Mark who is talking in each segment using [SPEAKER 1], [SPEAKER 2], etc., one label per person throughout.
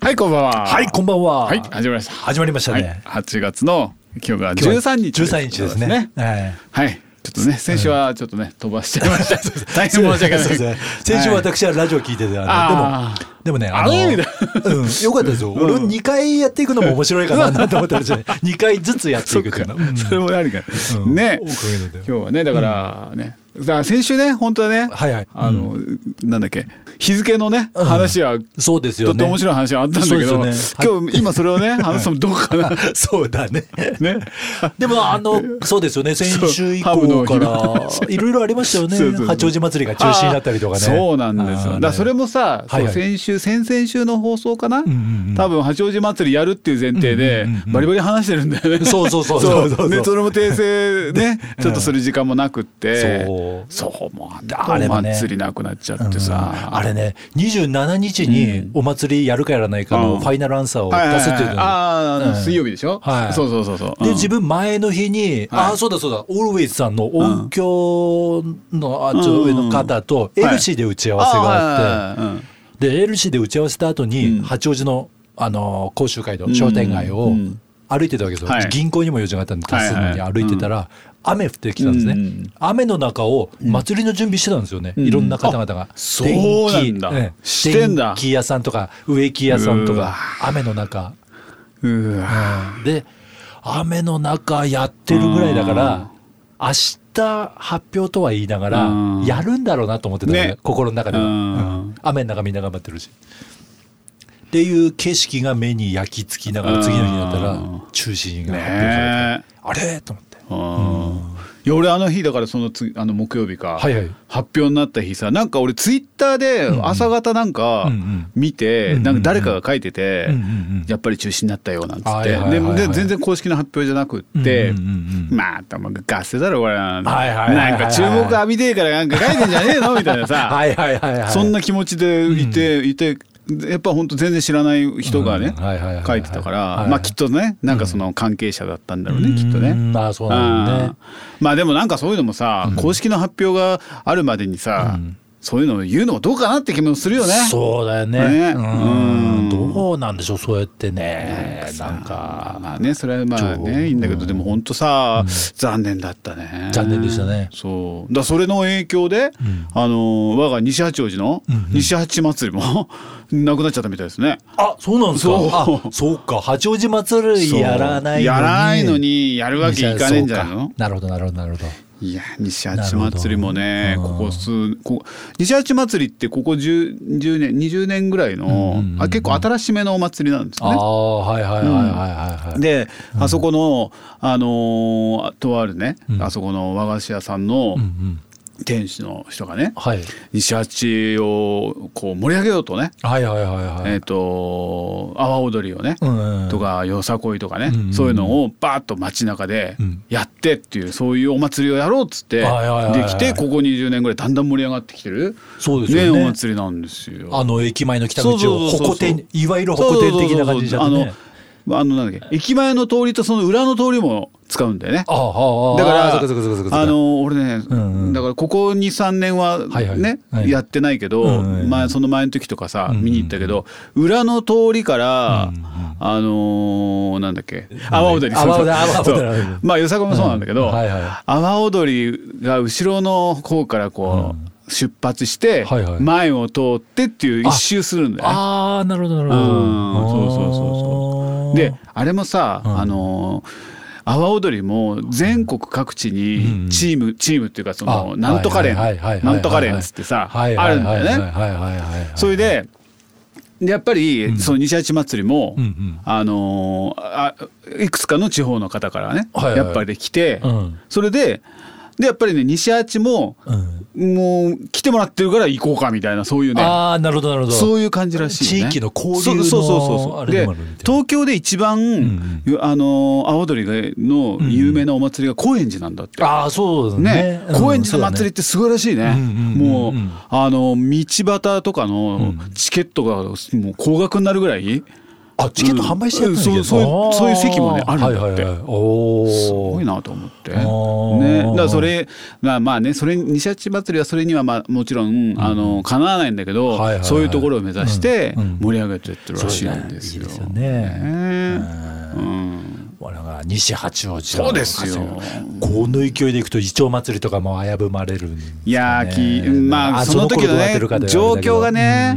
[SPEAKER 1] はい、こんばんは。
[SPEAKER 2] はい、こんばんは。
[SPEAKER 1] はい、始まりました。
[SPEAKER 2] 始まりましたね
[SPEAKER 1] はい、8月の今日が
[SPEAKER 2] 今日は
[SPEAKER 1] 13日。
[SPEAKER 2] 13日ですね。。はい
[SPEAKER 1] はい。ちょっとね、先週はちょっとね、飛ばしちゃいま した。大変申し訳ない。
[SPEAKER 2] そうですね先週
[SPEAKER 1] はい
[SPEAKER 2] 私はラジオ聞いてて、
[SPEAKER 1] あ
[SPEAKER 2] あのでも、でもね、
[SPEAKER 1] ある意味だ
[SPEAKER 2] うん、よかったですよ。俺2回やっていくのも面白いかななんて思ったりして、2回 ずつやって
[SPEAKER 1] そ
[SPEAKER 2] いうくっていう
[SPEAKER 1] か
[SPEAKER 2] の。うん、
[SPEAKER 1] それも何か
[SPEAKER 2] うん
[SPEAKER 1] ね
[SPEAKER 2] おかげでだよ
[SPEAKER 1] 今日はねだからねだから先週ね本当はね
[SPEAKER 2] はいはい
[SPEAKER 1] あのなんだっけ日付のね
[SPEAKER 2] うん
[SPEAKER 1] 話は
[SPEAKER 2] そうです
[SPEAKER 1] と
[SPEAKER 2] よ
[SPEAKER 1] って
[SPEAKER 2] ね。
[SPEAKER 1] 面白い話はあったんだけど
[SPEAKER 2] そう
[SPEAKER 1] 今
[SPEAKER 2] ですよね
[SPEAKER 1] 日今それをね話すのもどうか な
[SPEAKER 2] そうだ ね。
[SPEAKER 1] ね
[SPEAKER 2] でもあのそうですよね先週以
[SPEAKER 1] ハム
[SPEAKER 2] 降
[SPEAKER 1] の日
[SPEAKER 2] か
[SPEAKER 1] の
[SPEAKER 2] らいろいろありましたよ ね
[SPEAKER 1] そうそうそう
[SPEAKER 2] 八王子祭りが中止になったりとかね
[SPEAKER 1] あーそうなんですよだからそれもさ
[SPEAKER 2] はいは
[SPEAKER 1] そ
[SPEAKER 2] い
[SPEAKER 1] う先週先々週の放送かな
[SPEAKER 2] うんうんうん
[SPEAKER 1] 多分八王子祭りやるっていう前提で
[SPEAKER 2] うんうんうんうん
[SPEAKER 1] バリバリ話してるんだよね
[SPEAKER 2] そうそうそうそうそうそう
[SPEAKER 1] ねそれも訂正ねちょっとする時間もなくって
[SPEAKER 2] そう
[SPEAKER 1] そうもう
[SPEAKER 2] あ
[SPEAKER 1] あ
[SPEAKER 2] れ
[SPEAKER 1] れ
[SPEAKER 2] もね
[SPEAKER 1] 祭りなくなっちゃって
[SPEAKER 2] う
[SPEAKER 1] さ
[SPEAKER 2] んあれね27日にお祭りやるかやらないか
[SPEAKER 1] う
[SPEAKER 2] の
[SPEAKER 1] ん
[SPEAKER 2] ファイナルアンサーを
[SPEAKER 1] はいはいは
[SPEAKER 2] 出
[SPEAKER 1] い
[SPEAKER 2] すっていうの
[SPEAKER 1] あー
[SPEAKER 2] うん
[SPEAKER 1] 水曜日でしょ
[SPEAKER 2] はい
[SPEAKER 1] そうそうそうそう
[SPEAKER 2] で
[SPEAKER 1] うん
[SPEAKER 2] 自分前の日に、
[SPEAKER 1] はい
[SPEAKER 2] ああそうだそうだオルウェイズさんの音響の、あちょ上の方と
[SPEAKER 1] うん
[SPEAKER 2] LC で打ち合わせがあって、
[SPEAKER 1] ーはいはいはいうん
[SPEAKER 2] で LC で打ち合わせた後に、
[SPEAKER 1] うん
[SPEAKER 2] 八王子のあのー甲州街道商店街
[SPEAKER 1] う
[SPEAKER 2] を
[SPEAKER 1] ん
[SPEAKER 2] 歩いてたわけですよ、
[SPEAKER 1] はい
[SPEAKER 2] 銀行にも用事があったんで足すの
[SPEAKER 1] はい
[SPEAKER 2] に
[SPEAKER 1] はい
[SPEAKER 2] 歩いてたら、雨降ってきたんですね、
[SPEAKER 1] うん
[SPEAKER 2] 雨の中を祭りの準備してたんですよね、
[SPEAKER 1] うん
[SPEAKER 2] いろんな方々が、
[SPEAKER 1] そうなんだ
[SPEAKER 2] ええ
[SPEAKER 1] してんだ
[SPEAKER 2] 電気屋さんとか植木屋さんと
[SPEAKER 1] う
[SPEAKER 2] か
[SPEAKER 1] わ
[SPEAKER 2] 雨の中
[SPEAKER 1] うわ
[SPEAKER 2] で雨の中やってるぐらいだから明日発表とは言いながら
[SPEAKER 1] うん
[SPEAKER 2] やるんだろうなと思ってたのね
[SPEAKER 1] ね
[SPEAKER 2] 心の中では、
[SPEAKER 1] うん
[SPEAKER 2] うん雨の中みんな頑張ってるし。っていう景色が目に焼き付きながら次の日だった
[SPEAKER 1] う
[SPEAKER 2] ら
[SPEAKER 1] ん
[SPEAKER 2] 中止が発表され
[SPEAKER 1] ね
[SPEAKER 2] て、あれと思って
[SPEAKER 1] うんいや俺あの日だからそのつあの木曜日か、
[SPEAKER 2] はいはい
[SPEAKER 1] 発表になった日さなんか俺ツイッターで
[SPEAKER 2] ん
[SPEAKER 1] 朝方なんか
[SPEAKER 2] うんうん
[SPEAKER 1] 見て、
[SPEAKER 2] うんうん
[SPEAKER 1] なんか誰かが書いてて、
[SPEAKER 2] うんうんうん
[SPEAKER 1] やっぱり中止になったよなんつっ
[SPEAKER 2] はい
[SPEAKER 1] て、
[SPEAKER 2] はいはいはい
[SPEAKER 1] でで全然公式の発表じゃなくって、
[SPEAKER 2] うんうんうんうん
[SPEAKER 1] まあま合せだろこれなんて、
[SPEAKER 2] はいはいはいはいはい
[SPEAKER 1] なんか注目浴びてえからなんか書いてんじゃねえのみたいなさ、
[SPEAKER 2] はいはいはいはい
[SPEAKER 1] そんな気持ちでいて、いてやっぱ本当全然知らない人がね、
[SPEAKER 2] うんはいはいはいはい
[SPEAKER 1] 書いてたから、
[SPEAKER 2] はい
[SPEAKER 1] まあきっとねなんかその関係者だったんだろうね、きっとね。
[SPEAKER 2] うんまあそうなんだね
[SPEAKER 1] うんまあでもなんかそういうのもさ、公式の発表があるまでにさ、そういうのを言うのもどうかなって気もするよね。
[SPEAKER 2] そうだよね
[SPEAKER 1] ね
[SPEAKER 2] うん
[SPEAKER 1] うん
[SPEAKER 2] どうなんでしょうそうやってねなん
[SPEAKER 1] あ
[SPEAKER 2] か
[SPEAKER 1] ーまあねそれはまあ
[SPEAKER 2] そう
[SPEAKER 1] ねいいんだけどでも本当さ、残念だったね
[SPEAKER 2] 残念でしたね
[SPEAKER 1] そうだそれの影響で、あの我が西八王子の西八祭りも なくなっちゃったみたいですね。
[SPEAKER 2] あそうなんですか
[SPEAKER 1] そう
[SPEAKER 2] あそうか八王子祭りやらないのに
[SPEAKER 1] やらないのにやるわけいかねえんじゃないの
[SPEAKER 2] そうかなるほどなるほどなるほど
[SPEAKER 1] いや西八祭りもねここ数こ西八祭りってここ 10, 10年20年ぐらいの、あ結構新しめのお祭りなんです
[SPEAKER 2] あ
[SPEAKER 1] よね。
[SPEAKER 2] あはいはいはいはいはいはい
[SPEAKER 1] で、あそこの、あのーとあるね、あそこの和菓子屋さんの
[SPEAKER 2] うんうん
[SPEAKER 1] 店主の人がね、
[SPEAKER 2] はい
[SPEAKER 1] 西八をこう盛り上げようとね、
[SPEAKER 2] はいはいはいはい
[SPEAKER 1] えっ、と阿波踊りをね、
[SPEAKER 2] うん
[SPEAKER 1] とかよさこいとかね、
[SPEAKER 2] うんうん
[SPEAKER 1] そういうのをバーッと街中で
[SPEAKER 2] うん
[SPEAKER 1] やってっていう、そういうお祭りをやろうっつって、
[SPEAKER 2] はいはいはいはい
[SPEAKER 1] できてここ20年ぐらいだんだん盛り上がってきてる
[SPEAKER 2] そうですよね
[SPEAKER 1] お祭りなんですよ。
[SPEAKER 2] あの駅前の北口
[SPEAKER 1] そ
[SPEAKER 2] を
[SPEAKER 1] うそうそうそう
[SPEAKER 2] ホコ天いわゆるホコ天的な感じじゃ
[SPEAKER 1] そうそうそうそ
[SPEAKER 2] ね
[SPEAKER 1] うあのあのなんだっけ駅前の通りとその裏の通りも使うんだよね。
[SPEAKER 2] ああああ
[SPEAKER 1] だから
[SPEAKER 2] あそっそっそっそっか
[SPEAKER 1] あの俺ね、
[SPEAKER 2] うんうん
[SPEAKER 1] だからここ23年はね、
[SPEAKER 2] はいはいはい
[SPEAKER 1] やってないけど、
[SPEAKER 2] うんうんうん
[SPEAKER 1] 前その前の時とかさ、
[SPEAKER 2] うんうん
[SPEAKER 1] 見に行ったけど裏の通りから、
[SPEAKER 2] うんうん
[SPEAKER 1] あのーなんだっけ阿波踊り
[SPEAKER 2] 阿波
[SPEAKER 1] そ
[SPEAKER 2] 踊り
[SPEAKER 1] うそう
[SPEAKER 2] 阿波踊り
[SPEAKER 1] そうまあよさこいもそうなんだけど
[SPEAKER 2] うんはいはい
[SPEAKER 1] 阿波踊りが後ろの方からこう、出発して、
[SPEAKER 2] はいはい
[SPEAKER 1] 前を通ってっていう一周するんだよね。
[SPEAKER 2] ああなるほどなるほ
[SPEAKER 1] うんそうそうそう
[SPEAKER 2] ど
[SPEAKER 1] であれもさ、
[SPEAKER 2] うん
[SPEAKER 1] あの阿波踊りも全国各地
[SPEAKER 2] うん
[SPEAKER 1] にチーム、チームっていうかそ
[SPEAKER 2] あ
[SPEAKER 1] のなんとか連
[SPEAKER 2] はいはいはいはいはい
[SPEAKER 1] なんとか連っつってさあ
[SPEAKER 2] はいはい
[SPEAKER 1] るん
[SPEAKER 2] はいはい
[SPEAKER 1] だよ
[SPEAKER 2] は
[SPEAKER 1] ね。
[SPEAKER 2] いはいはいはい
[SPEAKER 1] それででやっぱりその西八祭りも、
[SPEAKER 2] うんうん
[SPEAKER 1] あのあいくつかの地方の方からね、
[SPEAKER 2] はいはい
[SPEAKER 1] やっぱり来て、
[SPEAKER 2] うん
[SPEAKER 1] それででやっぱりね西八も
[SPEAKER 2] うん
[SPEAKER 1] もう来てもらってるから行こうかみたいなそういうね
[SPEAKER 2] ああなるほどなるほど
[SPEAKER 1] そういう感じらしいよね。
[SPEAKER 2] 地域の交流の
[SPEAKER 1] そうそうそうそう
[SPEAKER 2] あれで
[SPEAKER 1] で
[SPEAKER 2] もあるみたいな
[SPEAKER 1] 東京で一番、あの阿波踊りがの有名なお祭りが高円寺なんだって。
[SPEAKER 2] ああそうだね
[SPEAKER 1] ね、高円寺の祭りっ
[SPEAKER 2] り
[SPEAKER 1] てすごいらしいね。
[SPEAKER 2] うんうんうんう
[SPEAKER 1] もうんあの道端とかのチケットがもう高額になるぐらい
[SPEAKER 2] あチケット販売してやってるんだけど、
[SPEAKER 1] うんそうそうそういう席もねあるんだって
[SPEAKER 2] はいはいはい、お
[SPEAKER 1] すごい
[SPEAKER 2] な
[SPEAKER 1] なと思って。
[SPEAKER 2] ー
[SPEAKER 1] ね、だからそれまあまあねそれ西八祭りはそれにはまあもちろん、あの叶わないんだけど、
[SPEAKER 2] はいはいはい
[SPEAKER 1] そういうところを目指して
[SPEAKER 2] うんうん
[SPEAKER 1] 盛り上げてってるらしいんですよ。
[SPEAKER 2] そうだねいいですよね
[SPEAKER 1] ねうん
[SPEAKER 2] もうなんか西八王子
[SPEAKER 1] そうですよ
[SPEAKER 2] この勢いでいくとイチョウ祭りとかも危ぶまれるんですかね、
[SPEAKER 1] いやーきまあその時のね状況がね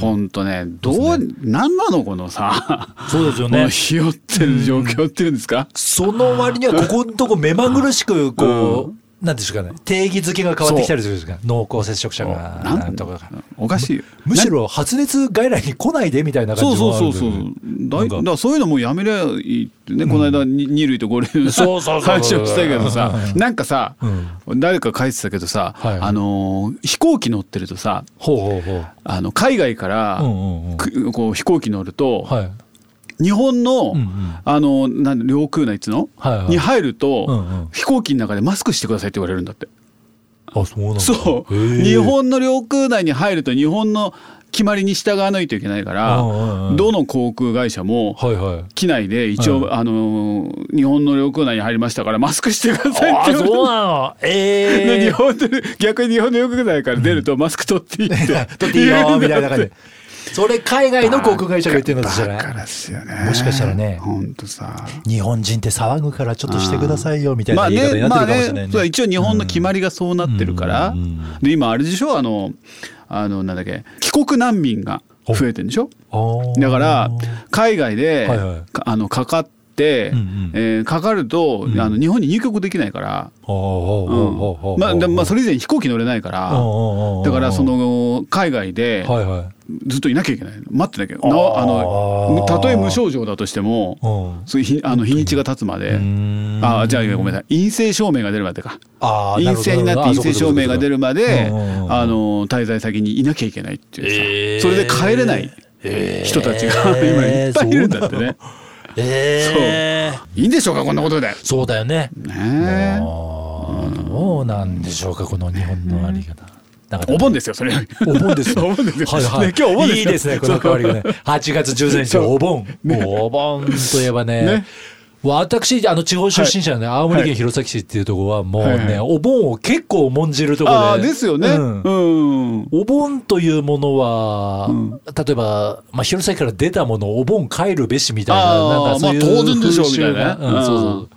[SPEAKER 1] ほ
[SPEAKER 2] ん
[SPEAKER 1] んとねどうなんなのこのさ、
[SPEAKER 2] そうですよ
[SPEAKER 1] この
[SPEAKER 2] ね
[SPEAKER 1] ひよってる状況っていうんですか、
[SPEAKER 2] その割にはここのとこ目まぐるしくこう、なんていうんですかね定義づけが変わってきたりするんですか濃厚接触者が
[SPEAKER 1] なん
[SPEAKER 2] なんとかが
[SPEAKER 1] おかしいよ
[SPEAKER 2] むしろ発熱外来に来ないでみたいな感
[SPEAKER 1] そう
[SPEAKER 2] じ
[SPEAKER 1] そ
[SPEAKER 2] も
[SPEAKER 1] う
[SPEAKER 2] あ
[SPEAKER 1] そ
[SPEAKER 2] るん
[SPEAKER 1] うそ
[SPEAKER 2] で
[SPEAKER 1] うだ
[SPEAKER 2] ないん
[SPEAKER 1] だ
[SPEAKER 2] か
[SPEAKER 1] からそういうのもうやめりゃいいってね、この間に二類と五類のさ
[SPEAKER 2] そうそ うそう
[SPEAKER 1] 話をしたけどさなんかさ、誰か書いてたけどさ、
[SPEAKER 2] はいはい
[SPEAKER 1] あのー飛行機乗ってるとさ
[SPEAKER 2] ほうほうほう
[SPEAKER 1] あの海外から、
[SPEAKER 2] うんうんうん
[SPEAKER 1] くこう飛行機乗ると、
[SPEAKER 2] はい
[SPEAKER 1] 日本の、
[SPEAKER 2] うんうん
[SPEAKER 1] あのなん領空内っつうの、
[SPEAKER 2] はいはい
[SPEAKER 1] に入ると、
[SPEAKER 2] うんうん
[SPEAKER 1] 飛行機の中でマスクしてくださいって言われるんだって。
[SPEAKER 2] あそうなんだ
[SPEAKER 1] そう
[SPEAKER 2] へえ
[SPEAKER 1] 日本の領空内に入ると日本の決まりに従わないといけないから、
[SPEAKER 2] うんうんうん
[SPEAKER 1] どの航空会社も
[SPEAKER 2] はいはい
[SPEAKER 1] 機内で一応、
[SPEAKER 2] うん
[SPEAKER 1] あのー日本の領空内に入りましたからマスクしてくださいっ
[SPEAKER 2] あ
[SPEAKER 1] て
[SPEAKER 2] ー
[SPEAKER 1] 言
[SPEAKER 2] そう
[SPEAKER 1] わ
[SPEAKER 2] なの
[SPEAKER 1] れてで
[SPEAKER 2] え
[SPEAKER 1] 日
[SPEAKER 2] え
[SPEAKER 1] 本で逆に日本の領空内から出るとマスク取っていいって
[SPEAKER 2] 取っていいよみたいな
[SPEAKER 1] 言うんだっ
[SPEAKER 2] 感じ
[SPEAKER 1] て
[SPEAKER 2] で それ海外の航空会社が言ってるのとした
[SPEAKER 1] だからですよね
[SPEAKER 2] もしかしたらね
[SPEAKER 1] 本当さ
[SPEAKER 2] 日本人って騒ぐからちょっとしてくださいよみたいな言い方になってるかもしれない
[SPEAKER 1] そう
[SPEAKER 2] ね
[SPEAKER 1] 一応日本の決まりがそうなってるから、
[SPEAKER 2] うんうんうん
[SPEAKER 1] で今あれでしょあのあのなんだっけ帰国難民が増えてるんでしょ
[SPEAKER 2] あー
[SPEAKER 1] だから海外で、
[SPEAKER 2] はいはい
[SPEAKER 1] かあのかかって、
[SPEAKER 2] うんうん
[SPEAKER 1] えーかかると、
[SPEAKER 2] うん
[SPEAKER 1] あの日本に入国できないから、
[SPEAKER 2] おーおー
[SPEAKER 1] うん
[SPEAKER 2] おーおーおー
[SPEAKER 1] まあでまあ、それ以前に飛行機乗れないから。
[SPEAKER 2] おーおーおーおー
[SPEAKER 1] だからその海外で
[SPEAKER 2] はいはい
[SPEAKER 1] ずっといなきゃいけないの待ってなきゃ
[SPEAKER 2] あー
[SPEAKER 1] なあのたとえ無症状だとしても
[SPEAKER 2] うん
[SPEAKER 1] そういう日あの日にちが経つまで
[SPEAKER 2] うん
[SPEAKER 1] あーじゃあごめんなさい陰性証明が出るまでか
[SPEAKER 2] あー
[SPEAKER 1] 陰性になって
[SPEAKER 2] る
[SPEAKER 1] 陰
[SPEAKER 2] ほど
[SPEAKER 1] 性証明が出るまで
[SPEAKER 2] うんうんうん
[SPEAKER 1] あの滞在先にいなきゃいけないってい
[SPEAKER 2] え
[SPEAKER 1] う
[SPEAKER 2] ー
[SPEAKER 1] さそれで帰れない人たちが 今いっぱいいるんだってね
[SPEAKER 2] ええ
[SPEAKER 1] いいんでしょうかこんなことでね
[SPEAKER 2] そうだよね
[SPEAKER 1] え
[SPEAKER 2] あーどうなんでしょうかこの日本のあり方なんか
[SPEAKER 1] お盆ですよそれ
[SPEAKER 2] お盆です
[SPEAKER 1] お盆ですよ
[SPEAKER 2] はいはい、
[SPEAKER 1] ね今日お盆ですよ
[SPEAKER 2] いいですねこの変わりがね8月13日お盆、もうお盆といえばね
[SPEAKER 1] ね
[SPEAKER 2] 私あの地方出身者なんで、青森県弘前市っていうとこはもうね、
[SPEAKER 1] はいはい
[SPEAKER 2] お盆を結構重んじるところで
[SPEAKER 1] ああですよね
[SPEAKER 2] うん
[SPEAKER 1] うん
[SPEAKER 2] お盆というものは、例えば、まあ、弘前から出たものをお盆帰るべしみたいな
[SPEAKER 1] あー
[SPEAKER 2] なんかそういう
[SPEAKER 1] まあ当然でしょう
[SPEAKER 2] 風習が
[SPEAKER 1] みたいなね
[SPEAKER 2] うんそう
[SPEAKER 1] う
[SPEAKER 2] そ
[SPEAKER 1] ん
[SPEAKER 2] う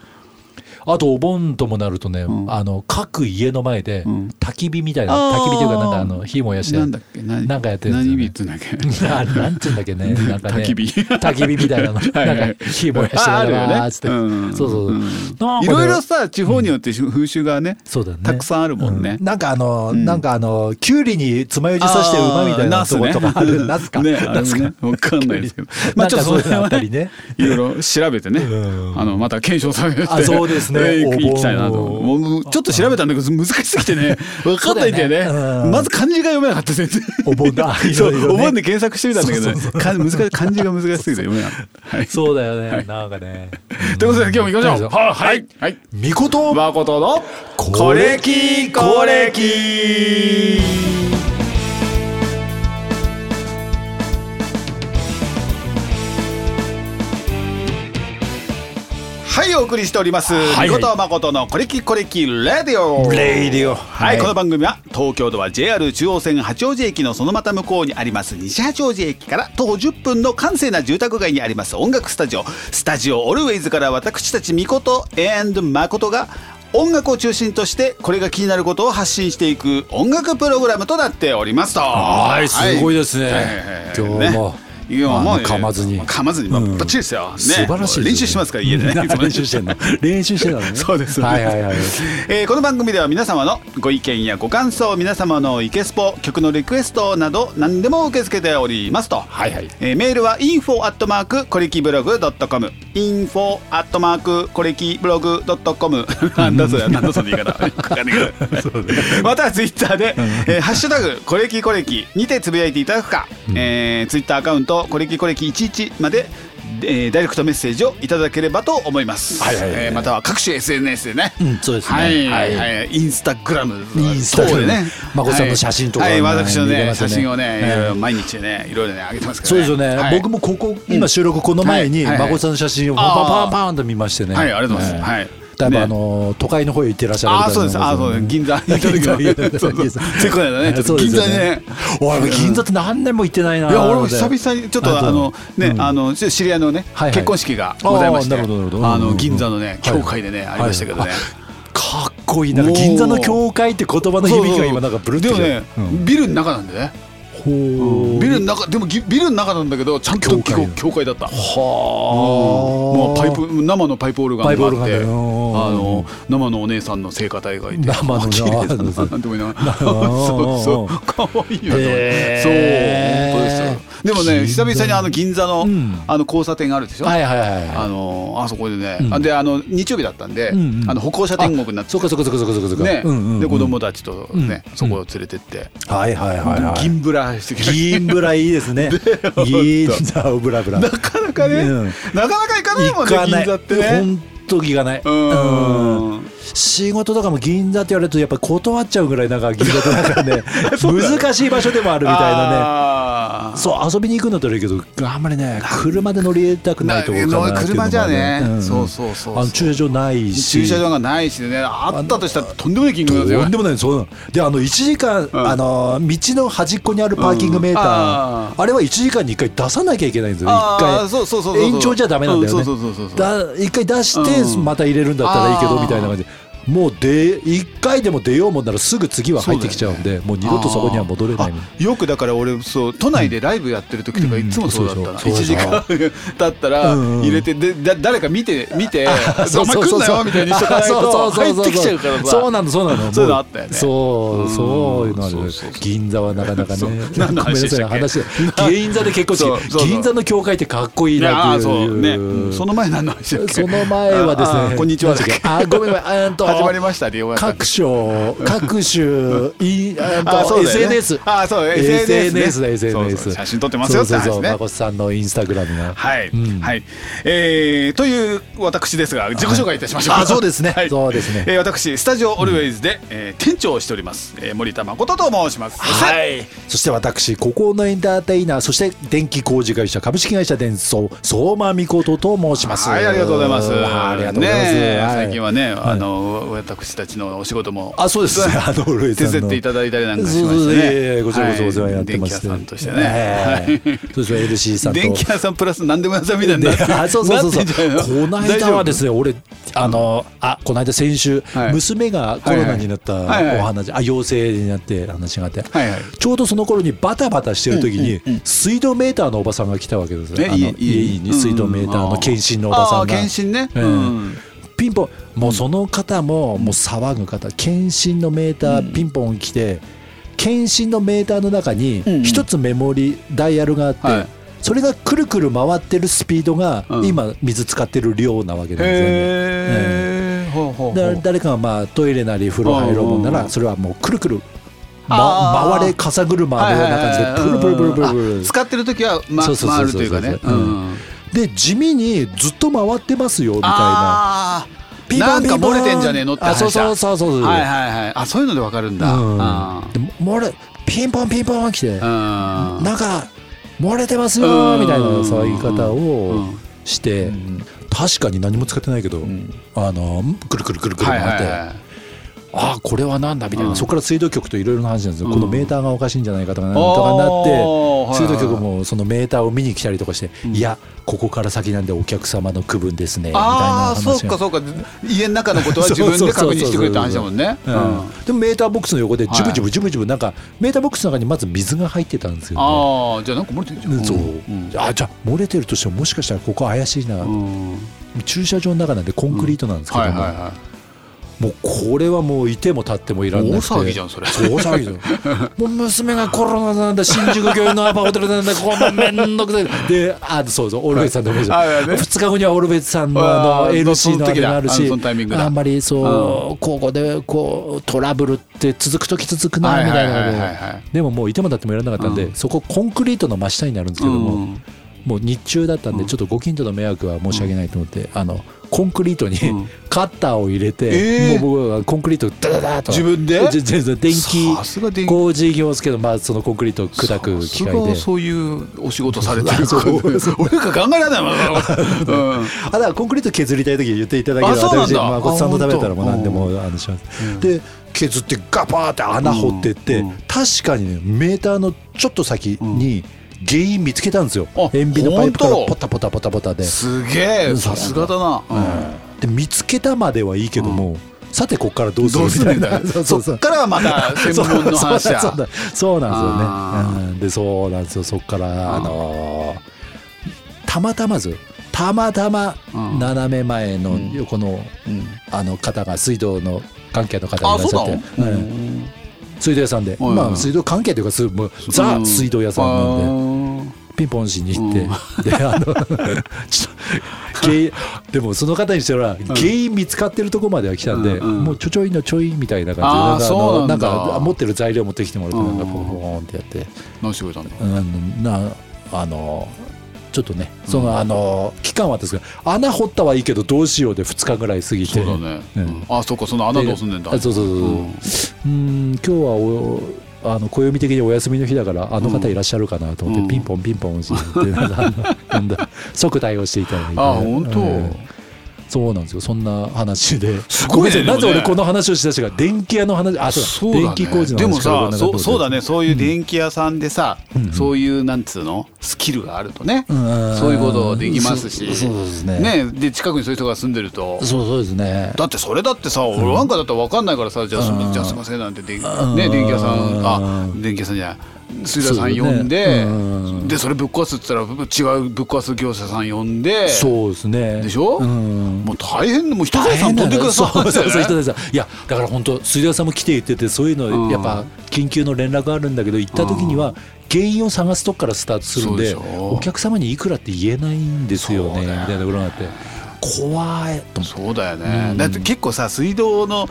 [SPEAKER 2] あとお盆ともなるとね、あの各家の前で焚き火みたいな、
[SPEAKER 1] あー
[SPEAKER 2] 焚き火というかなんかあの火燃やして
[SPEAKER 1] なんだっけ何
[SPEAKER 2] なんかやってるやつだね
[SPEAKER 1] 何日ってんだっけ
[SPEAKER 2] ななんていうんだっ けね、なんかね、
[SPEAKER 1] 焚き火
[SPEAKER 2] 焚き火みたいな の、
[SPEAKER 1] はいはい
[SPEAKER 2] なんか火燃やして
[SPEAKER 1] ああるよね
[SPEAKER 2] わーっつって、
[SPEAKER 1] うん
[SPEAKER 2] そうそう、
[SPEAKER 1] うん
[SPEAKER 2] なんかね
[SPEAKER 1] いろいろさ地方によって風習がね
[SPEAKER 2] そうだね、
[SPEAKER 1] たくさんあるもんね
[SPEAKER 2] うなんかあの、なんかあの、きゅうりに爪楊枝刺してうまみたいなとことかある、 ナスか、
[SPEAKER 1] ね、あ
[SPEAKER 2] ナ
[SPEAKER 1] れ
[SPEAKER 2] ス
[SPEAKER 1] も
[SPEAKER 2] か
[SPEAKER 1] ね、わかんない ですけど。まあ
[SPEAKER 2] なん
[SPEAKER 1] ちょ
[SPEAKER 2] か
[SPEAKER 1] っとそう
[SPEAKER 2] そ
[SPEAKER 1] れ
[SPEAKER 2] いうのあ
[SPEAKER 1] は
[SPEAKER 2] ったり
[SPEAKER 1] ね
[SPEAKER 2] ね、
[SPEAKER 1] いろいろ調べてね
[SPEAKER 2] う、ん
[SPEAKER 1] あのまた検証されて、
[SPEAKER 2] あそうですね
[SPEAKER 1] えー
[SPEAKER 2] お盆
[SPEAKER 1] 行きたいなと。もうちょっと調べたんだけど難しすぎてね、わかんないんだよ
[SPEAKER 2] そうだよねう
[SPEAKER 1] ね。
[SPEAKER 2] ん
[SPEAKER 1] まず漢字が読めなかった全然。
[SPEAKER 2] お盆だ、い
[SPEAKER 1] そ
[SPEAKER 2] ろいろ
[SPEAKER 1] う、お
[SPEAKER 2] ね
[SPEAKER 1] 盆で検索してみたんだけどね、か難しい漢字が難しすぎて読めなかった。はい。
[SPEAKER 2] そうだよね、なんかね。
[SPEAKER 1] ということで今日も行きましょう。
[SPEAKER 2] はい
[SPEAKER 1] はい。はい。
[SPEAKER 2] みこと、
[SPEAKER 1] まことの
[SPEAKER 2] これ
[SPEAKER 1] き
[SPEAKER 2] これ
[SPEAKER 1] きはいお送りしております、
[SPEAKER 2] はい
[SPEAKER 1] みことまことのこれきこれきレディオ
[SPEAKER 2] レイディオ、
[SPEAKER 1] はい、この
[SPEAKER 2] 番
[SPEAKER 1] 番組は東京都は JR 中央線八王子駅のそのまた向こうにあります西八王子駅から徒歩10分の閑静な住宅街にあります音楽スタジオスタジオオルウェイズから私たちみこと and まことが音楽を中心としてこれが気になることを発信していく音楽プログラムとなっておりますと
[SPEAKER 2] はいすごいですね今日も
[SPEAKER 1] ねいや
[SPEAKER 2] あの
[SPEAKER 1] もう
[SPEAKER 2] 噛まずに
[SPEAKER 1] 噛まずに、まあ
[SPEAKER 2] うん
[SPEAKER 1] バッチリですよ、ね、
[SPEAKER 2] 素晴らしいですよね
[SPEAKER 1] 練習しますから家 でね
[SPEAKER 2] 練習してんの。練習してたのね。
[SPEAKER 1] そうです
[SPEAKER 2] はいはいはい。
[SPEAKER 1] えーこの番組では皆様のご意見やご感想皆様のイケスポ曲のリクエストなど何でも受け付けておりますと、
[SPEAKER 2] はいはい
[SPEAKER 1] えーメールは info アットマークコレキブログドットコム info アットマークコレキブログドットコ ムなんだそれなんだその言い方よくわかんないけどまたはツイッターで、えーハッシュタグコレキコレキにてつぶやいていただくか、えーツイッターアカウントコレキコレキ11までえーダイレクトメッセージをいただければと思います、
[SPEAKER 3] はいはいはい
[SPEAKER 1] えーまたは各種 SNS でね、
[SPEAKER 2] うんそうですね
[SPEAKER 1] はい、は
[SPEAKER 2] はいい
[SPEAKER 1] インスタグラム
[SPEAKER 2] インスタグラム
[SPEAKER 1] でね
[SPEAKER 2] まこさんの写真とか
[SPEAKER 1] はい、はい私の
[SPEAKER 2] 見れ
[SPEAKER 1] ね
[SPEAKER 2] ます
[SPEAKER 1] 写
[SPEAKER 2] よね
[SPEAKER 1] 真をね、いろいろ
[SPEAKER 2] はい
[SPEAKER 1] 毎日ねいろいろね上げてますから、ね、
[SPEAKER 2] そうですよね、
[SPEAKER 1] はい
[SPEAKER 2] 僕もここ今収録この前に
[SPEAKER 1] はいはいはい
[SPEAKER 2] 孫さんの写真をパンパンパンと見ましてね
[SPEAKER 1] はいありがとうございます
[SPEAKER 2] ええ
[SPEAKER 1] はい
[SPEAKER 2] だいぶ
[SPEAKER 1] ね
[SPEAKER 2] あの都会の方へ行ってらっしゃるみ
[SPEAKER 1] あ
[SPEAKER 2] た
[SPEAKER 1] あ
[SPEAKER 2] いな
[SPEAKER 1] そうですああそうです銀座行った時は
[SPEAKER 2] 銀座
[SPEAKER 1] そうそう
[SPEAKER 2] 銀座
[SPEAKER 1] せっかくだねちょっと
[SPEAKER 2] そうで
[SPEAKER 1] 銀
[SPEAKER 2] すよ
[SPEAKER 1] 座にね
[SPEAKER 2] 俺銀座って何年も行ってないないい
[SPEAKER 1] や俺も久々にちょっとあのね、あのちょっと知り合いのね、
[SPEAKER 2] はいはい
[SPEAKER 1] 結婚式がございまして
[SPEAKER 2] あーなるほどなるほど
[SPEAKER 1] あ
[SPEAKER 2] うんうん
[SPEAKER 1] の
[SPEAKER 2] うん
[SPEAKER 1] 銀座のね教会でね、ありましたけどね、
[SPEAKER 2] はいかっこいいなんか銀座の教会って言葉の
[SPEAKER 1] そうそう
[SPEAKER 2] 響きが今なんかブルー
[SPEAKER 1] で
[SPEAKER 2] ってき
[SPEAKER 1] も
[SPEAKER 2] た
[SPEAKER 1] ね、ビルの中なんでね
[SPEAKER 2] ほう
[SPEAKER 1] ビルの中でもぎビルの中なんだけどちゃんと
[SPEAKER 2] 教
[SPEAKER 1] 結
[SPEAKER 2] 会
[SPEAKER 1] 構教会だったも
[SPEAKER 2] は
[SPEAKER 1] うパイプ生のパイプオルガンがあって
[SPEAKER 2] パイプオルガンだよ
[SPEAKER 1] あの生のお姉さんの聖歌隊がいて
[SPEAKER 2] 生の
[SPEAKER 1] あ綺麗だななんて思いながらそうそう可愛いよね
[SPEAKER 2] へ
[SPEAKER 1] そう
[SPEAKER 2] ー
[SPEAKER 1] 本当ですよでもね久
[SPEAKER 2] 銀
[SPEAKER 1] 々
[SPEAKER 2] 座
[SPEAKER 1] にあの銀座の
[SPEAKER 2] うん
[SPEAKER 1] あの交差点があるでしょ
[SPEAKER 2] はいはいはい
[SPEAKER 1] あ
[SPEAKER 2] はい
[SPEAKER 1] のあそこでね、
[SPEAKER 2] ん
[SPEAKER 1] あであの日曜日だったんで、
[SPEAKER 2] うんうん
[SPEAKER 1] あの歩行者天国になって
[SPEAKER 2] そうかそうかそうかそうかそうか
[SPEAKER 1] ね、
[SPEAKER 2] うんうんうん
[SPEAKER 1] で子供たちとね、
[SPEAKER 2] うん
[SPEAKER 1] そこを連れてって、
[SPEAKER 2] はいはいはいはい
[SPEAKER 1] 銀ブラしてきて
[SPEAKER 2] 銀ブラいいで すね銀座をブラブラ
[SPEAKER 1] なかなかね、
[SPEAKER 2] うん
[SPEAKER 1] なかなか行かないもん
[SPEAKER 2] 行か
[SPEAKER 1] ね
[SPEAKER 2] な
[SPEAKER 1] 銀
[SPEAKER 2] い
[SPEAKER 1] 座ってね
[SPEAKER 2] 本当行かない
[SPEAKER 1] うん
[SPEAKER 2] うん仕事とかも銀座って言われるとやっぱり断っちゃうぐらいなんか銀座ってなんかね 難しい場所でもあるみたいなね
[SPEAKER 1] あー
[SPEAKER 2] そう遊びに行くんだったらいいけどあんまりね車で乗りたくないとこかなっていうのもあ
[SPEAKER 1] 車
[SPEAKER 2] る
[SPEAKER 1] じゃね、
[SPEAKER 2] ん
[SPEAKER 1] そうそうそう
[SPEAKER 2] あの駐車場ないし
[SPEAKER 1] 駐車場がないしねあったとしたらとんでもない金
[SPEAKER 2] と
[SPEAKER 1] 額ですよ
[SPEAKER 2] んでもないそうなのであの1時間、
[SPEAKER 1] ん
[SPEAKER 2] あの道の端っこにあるパーキングメーター、
[SPEAKER 1] うんあ
[SPEAKER 2] あれは1時間に1回出さなきゃいけないんですよ
[SPEAKER 1] あ
[SPEAKER 2] 1
[SPEAKER 1] ー
[SPEAKER 2] 回
[SPEAKER 1] そうそうそうそう
[SPEAKER 2] 延長じゃダメなんだよね、
[SPEAKER 1] うんそうそうそうそう
[SPEAKER 2] だ1回出して、
[SPEAKER 1] うん
[SPEAKER 2] また入れるんだったらいいけ
[SPEAKER 1] あー
[SPEAKER 2] どみたいな感じでもうで1回でも出ようもんならすぐ次は入ってきちゃうんでもう二度とそこには戻れないみたいな
[SPEAKER 1] あよくだから俺そう都内でライブやってる時とかいつもそうだったな、
[SPEAKER 2] うんそう
[SPEAKER 1] 1
[SPEAKER 2] そう
[SPEAKER 1] 時間経ったら
[SPEAKER 2] うんうん
[SPEAKER 1] 入れてでだ誰か見て見て「お前
[SPEAKER 2] そうそう
[SPEAKER 1] 来
[SPEAKER 2] そ
[SPEAKER 1] ん
[SPEAKER 2] う
[SPEAKER 1] な
[SPEAKER 2] そ
[SPEAKER 1] よ」
[SPEAKER 2] う
[SPEAKER 1] みたいにしとかないと入ってきちゃうからさ
[SPEAKER 2] そうなのそうなの
[SPEAKER 1] そういうのあったよね
[SPEAKER 2] そうそう
[SPEAKER 1] うん
[SPEAKER 2] いうのある
[SPEAKER 1] そうそうそう
[SPEAKER 2] 銀座はなかなかね
[SPEAKER 1] そ
[SPEAKER 2] ご
[SPEAKER 1] う
[SPEAKER 2] めんな
[SPEAKER 1] 何の話でし
[SPEAKER 2] さい
[SPEAKER 1] たっけ
[SPEAKER 2] 話 銀座で結婚
[SPEAKER 1] そうそうそ
[SPEAKER 2] 式
[SPEAKER 1] う
[SPEAKER 2] 銀座の教会ってかっこいい
[SPEAKER 1] いや
[SPEAKER 2] な
[SPEAKER 1] あー
[SPEAKER 2] って
[SPEAKER 1] そうね
[SPEAKER 2] いう
[SPEAKER 1] その前何の話だっけ
[SPEAKER 2] その前はです
[SPEAKER 1] あー
[SPEAKER 2] ね
[SPEAKER 1] こんにちはだっけ
[SPEAKER 2] あごめんごめんあーん と
[SPEAKER 1] 始まりましたねよかった
[SPEAKER 2] 各所各種いあーんと
[SPEAKER 1] だよね
[SPEAKER 2] SNS
[SPEAKER 1] あそう
[SPEAKER 2] SNS だ
[SPEAKER 1] そうそう
[SPEAKER 2] SNS
[SPEAKER 1] 写真撮ってますよって
[SPEAKER 2] そうそ
[SPEAKER 1] 話
[SPEAKER 2] うそう
[SPEAKER 1] ね
[SPEAKER 2] まこさんのインスタグラムが
[SPEAKER 1] はい、
[SPEAKER 2] うん
[SPEAKER 1] はい、えーという私ですが自己紹介いたしましょうか、
[SPEAKER 2] あそうですね
[SPEAKER 1] はい
[SPEAKER 2] そうですね
[SPEAKER 1] えー私スタジオオルウェイズで、えー店長をしております、えー森田誠と申します
[SPEAKER 2] はい、そして私孤高のエンターテイナーそして電気工事会社株式会社電装相馬美琴と申します
[SPEAKER 1] はい、ありがとうございます。
[SPEAKER 2] ありがとうございます、
[SPEAKER 1] ねえ
[SPEAKER 2] はい
[SPEAKER 1] 最近はね、あの、私たちのお仕事も。
[SPEAKER 2] あそうですねあの古井さ
[SPEAKER 1] 手
[SPEAKER 2] ん
[SPEAKER 1] 伝
[SPEAKER 2] の
[SPEAKER 1] っていただいたりなんかしま
[SPEAKER 2] そう
[SPEAKER 1] し
[SPEAKER 2] そう
[SPEAKER 1] て
[SPEAKER 2] いえい
[SPEAKER 1] ね。
[SPEAKER 2] えこちらこそお世話になってま
[SPEAKER 1] はい電
[SPEAKER 2] す
[SPEAKER 1] 気屋さんとして
[SPEAKER 2] は
[SPEAKER 1] ね。
[SPEAKER 2] いそうですね LC さんと
[SPEAKER 1] 電気屋さんプラス何でも屋さんみたいになって。
[SPEAKER 2] であそうそうそうそう
[SPEAKER 1] なってんじゃい
[SPEAKER 2] この間はです
[SPEAKER 1] ね。
[SPEAKER 2] ね俺あのあこの間先週、
[SPEAKER 1] はい
[SPEAKER 2] 娘がコロナになったお
[SPEAKER 1] はいはい
[SPEAKER 2] 話、あ陽性になって話があって、
[SPEAKER 1] はいはい
[SPEAKER 2] ちょうどその頃にバタバタしてる時に、水道メーターのおばさんが来たわけです
[SPEAKER 1] ね
[SPEAKER 2] ねあの
[SPEAKER 1] 家家に
[SPEAKER 2] 家に水道メーターの検診のおばさん
[SPEAKER 1] あー
[SPEAKER 2] が。
[SPEAKER 1] 検診ね。
[SPEAKER 2] ええ
[SPEAKER 1] うん
[SPEAKER 2] ピンポンもうその方ももう騒ぐ方検診のメーターピンポン来て検診のメーターの中に
[SPEAKER 1] んうん
[SPEAKER 2] 一つメモリダイヤルがあって
[SPEAKER 1] はい
[SPEAKER 2] それがくるくる回ってるスピードが
[SPEAKER 1] うん
[SPEAKER 2] 今水使ってる量なわけなんですよね。
[SPEAKER 1] へえ。ほうほうほ
[SPEAKER 2] だ
[SPEAKER 1] う。
[SPEAKER 2] 誰かがまあトイレなり風呂入ろうもんな
[SPEAKER 1] うん
[SPEAKER 2] らそれはもうくるくる、
[SPEAKER 1] あー
[SPEAKER 2] ま、回れ傘車のような感じでプルプルプルプルプ
[SPEAKER 1] あ
[SPEAKER 2] ル
[SPEAKER 1] 使ってる時はま
[SPEAKER 2] そうそう
[SPEAKER 1] 回
[SPEAKER 2] そう
[SPEAKER 1] ると
[SPEAKER 2] そう
[SPEAKER 1] いうかね。
[SPEAKER 2] うんで地味にずっと回ってますよみたいな
[SPEAKER 1] あーなんか漏れてんじゃねえのって話だ
[SPEAKER 2] あそうそうそうそうそう
[SPEAKER 1] はいはいはいあそういうのでわかるんだ
[SPEAKER 2] うん
[SPEAKER 1] あ
[SPEAKER 2] でも漏れピンポンピンポン来て
[SPEAKER 1] ーうん
[SPEAKER 2] なんか漏れてます
[SPEAKER 1] う
[SPEAKER 2] よ
[SPEAKER 1] ん
[SPEAKER 2] みたいな騒ぎ方
[SPEAKER 1] う
[SPEAKER 2] を
[SPEAKER 1] ん
[SPEAKER 2] して確かに何も使ってないけどあのくるくるくるくる
[SPEAKER 1] はい
[SPEAKER 2] 回っ
[SPEAKER 1] はい
[SPEAKER 2] て
[SPEAKER 1] はい
[SPEAKER 2] ああこれはなんだみたいなそこから水道局といろいろな話なんですよこのメーターがおかしいんじゃないかとかなんとか
[SPEAKER 1] あーはい
[SPEAKER 2] な
[SPEAKER 1] はい
[SPEAKER 2] って水道局もそのメーターを見に来たりとかしていやここから先なんでお客様の区分ですねみたいな
[SPEAKER 1] ああ
[SPEAKER 2] 話
[SPEAKER 1] そ
[SPEAKER 2] が
[SPEAKER 1] うかそうか家の中の ことは自分で確認してくれって話だもんね
[SPEAKER 2] う
[SPEAKER 1] うん
[SPEAKER 2] んでもメーターボックスの横でジュブジュブジュブジュブなんかメーターボックスの中にまず水が入ってたんですよ、ね
[SPEAKER 1] ああじゃあなんか漏れてるじゃ
[SPEAKER 2] うんん、そうんあじゃあ漏れてるとしてももしかしたらここ怪しいな、
[SPEAKER 1] うん
[SPEAKER 2] 駐車場の中なんでコンクリートなんですけど
[SPEAKER 1] は
[SPEAKER 2] も、
[SPEAKER 1] いはいは
[SPEAKER 2] もうこれはもういても立ってもいらんなくて
[SPEAKER 1] 大騒ぎじゃんそれ
[SPEAKER 2] 大騒ぎじゃん もう娘がコロナなんだ新宿御苑のアパホテルなんだこんなめんどくさいであそうそうオルベツさんの話
[SPEAKER 1] あいやね
[SPEAKER 2] 2日後にはオルベツさんの
[SPEAKER 1] あ
[SPEAKER 2] あの
[SPEAKER 1] ーそ
[SPEAKER 2] LC
[SPEAKER 1] の
[SPEAKER 2] のあ
[SPEAKER 1] 時
[SPEAKER 2] れ
[SPEAKER 1] だ
[SPEAKER 2] がある
[SPEAKER 1] あの
[SPEAKER 2] し
[SPEAKER 1] そのタイミングだ
[SPEAKER 2] あんまりそうここでこうトラブルって続く時続く
[SPEAKER 1] いは
[SPEAKER 2] ないみ
[SPEAKER 1] は
[SPEAKER 2] たい
[SPEAKER 1] い
[SPEAKER 2] な
[SPEAKER 1] はいは
[SPEAKER 2] ので
[SPEAKER 1] いはい
[SPEAKER 2] でももういても立ってもいられなかったんで、そこコンクリートの真下になるんですけども、
[SPEAKER 1] うん
[SPEAKER 2] もう日中だったんで、ちょっとご近所の迷惑は申し訳ないと思って、あのコンクリートに
[SPEAKER 1] うん
[SPEAKER 2] カッターを入れて、
[SPEAKER 1] えー
[SPEAKER 2] もう僕はコンクリートをダダダーと
[SPEAKER 1] 自分で
[SPEAKER 2] じじ電
[SPEAKER 1] さすが電気
[SPEAKER 2] 気工事業ですけど、まあ、そのコンクリートを砕く機械で
[SPEAKER 1] さすがそういうお仕事されて る俺なんか考えられないもん、うん
[SPEAKER 2] あだからコンクリート削りたい時は言っていただければ
[SPEAKER 1] あそうなんだ
[SPEAKER 2] まあ、ごっさんのためだったらもう
[SPEAKER 1] あ
[SPEAKER 2] 何でもあのします、で削ってガパーって穴掘ってって、
[SPEAKER 1] うんうん
[SPEAKER 2] 確かにねメーターのちょっと先に原因見つけたんですよ、
[SPEAKER 1] あ
[SPEAKER 2] 塩ビのパイプから
[SPEAKER 1] 本当
[SPEAKER 2] ポタポタポタポタで、
[SPEAKER 1] すげえさすがだな、
[SPEAKER 2] で見つけたまではいいけども、さてここからど
[SPEAKER 1] う
[SPEAKER 2] うんす
[SPEAKER 1] ど
[SPEAKER 2] る
[SPEAKER 1] う
[SPEAKER 2] み
[SPEAKER 1] す
[SPEAKER 2] た
[SPEAKER 1] る
[SPEAKER 2] い
[SPEAKER 1] んだ
[SPEAKER 2] な
[SPEAKER 1] よ
[SPEAKER 2] そ
[SPEAKER 1] そ
[SPEAKER 2] うそうそ
[SPEAKER 1] っ
[SPEAKER 2] う
[SPEAKER 1] からはまた専
[SPEAKER 2] そう
[SPEAKER 1] 門の話だ
[SPEAKER 2] そうだそうなんですよね、うん、でそうなんですよそっから
[SPEAKER 1] あー
[SPEAKER 2] あのーたまたまずたまたま
[SPEAKER 1] うん
[SPEAKER 2] 斜め前の
[SPEAKER 1] ん
[SPEAKER 2] 横の、
[SPEAKER 1] うん
[SPEAKER 2] あの方が水道の関係の方が
[SPEAKER 1] あ
[SPEAKER 2] いらっしゃ
[SPEAKER 1] そ
[SPEAKER 2] っ
[SPEAKER 1] う
[SPEAKER 2] て
[SPEAKER 1] なの、
[SPEAKER 2] はい水道屋さんで、
[SPEAKER 1] はい
[SPEAKER 2] まあ、水道関係というかすもう
[SPEAKER 1] う
[SPEAKER 2] ザ
[SPEAKER 1] ん
[SPEAKER 2] 水道屋さんなんで、ピンポンしに行って、
[SPEAKER 1] うん
[SPEAKER 2] であの ちょ原因でもその方にしたら原因見つかってるとこまでは来たんで、
[SPEAKER 1] うんうん
[SPEAKER 2] もうちょちょいのちょいみたいな
[SPEAKER 1] あ
[SPEAKER 2] 感
[SPEAKER 1] ー
[SPEAKER 2] じで
[SPEAKER 1] そうな
[SPEAKER 2] なんん
[SPEAKER 1] だ
[SPEAKER 2] かあのなんか持ってる材料持ってきてもらってなんか
[SPEAKER 1] うん
[SPEAKER 2] ポンポンポンってやって、
[SPEAKER 1] 何してくれたんだ
[SPEAKER 2] うん、なあのちょっとねその、あの期間はですが穴掘ったはいいけどどうしようで2日ぐらい過ぎて
[SPEAKER 1] そうだね、
[SPEAKER 2] うん
[SPEAKER 1] うんあそっかその穴どうすんねんだ
[SPEAKER 2] あそうそうそうそう、うーん今日はおあの暦的にお休みの日だからあの方いらっしゃるかなと思って、
[SPEAKER 1] うん
[SPEAKER 2] ピンポンピンポン押してなんかあの呼 んだ即対応していただいて
[SPEAKER 1] あ本当
[SPEAKER 2] うんそうなんですよそんな話です
[SPEAKER 1] ごいね
[SPEAKER 2] な
[SPEAKER 1] で
[SPEAKER 2] ぜ
[SPEAKER 1] もね
[SPEAKER 2] 俺この話をしだしたか電気屋の話あそうだ電気工事の
[SPEAKER 1] で
[SPEAKER 2] 話
[SPEAKER 1] も
[SPEAKER 2] から
[SPEAKER 1] さ
[SPEAKER 2] ごめんなさい
[SPEAKER 1] そうそうだねそういう電気屋さんでさ、
[SPEAKER 2] うん
[SPEAKER 1] そういうなんつうのスキルがあるとね、
[SPEAKER 2] うん
[SPEAKER 1] そういうことできますし、
[SPEAKER 2] そうそうですね
[SPEAKER 1] ねで近くにそういう人が住んでると
[SPEAKER 2] そうそうですね
[SPEAKER 1] だってそれだってさ俺なんかだったら分かんないからさじゃあす
[SPEAKER 2] うん
[SPEAKER 1] じゃあすいませんなんてで、
[SPEAKER 2] うん
[SPEAKER 1] ね、電気屋さんあ
[SPEAKER 2] うん
[SPEAKER 1] 電気屋さんじゃない水田さん呼ん
[SPEAKER 2] そう
[SPEAKER 1] で
[SPEAKER 2] だねうん
[SPEAKER 1] でそれぶっ壊すっつったらぶ違うぶっ壊す業者さん呼んで
[SPEAKER 2] そうですね
[SPEAKER 1] でしょ
[SPEAKER 2] うん
[SPEAKER 1] もう大変でもう一
[SPEAKER 2] 大
[SPEAKER 1] さ
[SPEAKER 2] 変
[SPEAKER 1] ん飛
[SPEAKER 2] なんん
[SPEAKER 1] でく
[SPEAKER 2] だよ
[SPEAKER 1] だ
[SPEAKER 2] そ
[SPEAKER 1] さ
[SPEAKER 2] う
[SPEAKER 1] い
[SPEAKER 2] そ
[SPEAKER 1] だ
[SPEAKER 2] うそう
[SPEAKER 1] よね
[SPEAKER 2] 人たちさいやだから本当水田さんも来て言っててそういう
[SPEAKER 1] うん
[SPEAKER 2] のやっぱ緊急の連絡があるんだけど行った時には原因を探すとこからスタートするんで
[SPEAKER 1] そうでしょ
[SPEAKER 2] お客様にいくらって言えないんですよね
[SPEAKER 1] そう
[SPEAKER 2] み
[SPEAKER 1] だよ
[SPEAKER 2] たいなところがあって怖いと思って
[SPEAKER 1] そうだよねだって結構さ水道の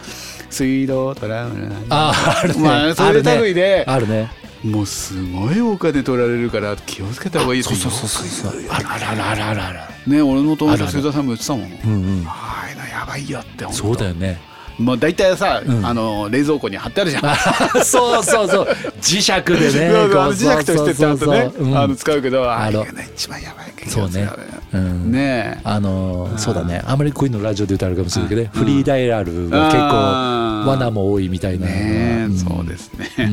[SPEAKER 1] 水道トラブル
[SPEAKER 2] ああるね、
[SPEAKER 1] まあそういう類で
[SPEAKER 2] あるね
[SPEAKER 1] もうすごいお金取られるから気をつけた方がいいですよ
[SPEAKER 2] そうあるあるあるあるあるある
[SPEAKER 1] ね俺の友
[SPEAKER 2] あるあ
[SPEAKER 1] 達
[SPEAKER 2] る
[SPEAKER 1] 水田さんも言ってたもん
[SPEAKER 2] うんうん
[SPEAKER 1] ああいうのやばいよって本当
[SPEAKER 2] そうだよね
[SPEAKER 1] もう大体さ、
[SPEAKER 2] ん
[SPEAKER 1] あの冷蔵庫に貼ってあるじゃん。
[SPEAKER 2] そうそうそう磁石で
[SPEAKER 1] そ
[SPEAKER 2] ね
[SPEAKER 1] うそうあ
[SPEAKER 2] こ
[SPEAKER 1] の磁
[SPEAKER 2] う
[SPEAKER 1] 石としてちゃんとね
[SPEAKER 2] そうそうそううん
[SPEAKER 1] あの使うけどあ
[SPEAKER 2] あ
[SPEAKER 1] れ
[SPEAKER 2] の
[SPEAKER 1] がね一番やばいけど
[SPEAKER 2] そうねうん
[SPEAKER 1] ねえ
[SPEAKER 2] あのーそうだねあまりこういうのラジオで言うとあるかもしれないけどね、フリーダイヤルは結
[SPEAKER 1] あー
[SPEAKER 2] 構罠も多いみたいな、
[SPEAKER 1] ねえ
[SPEAKER 2] うん
[SPEAKER 1] そうですね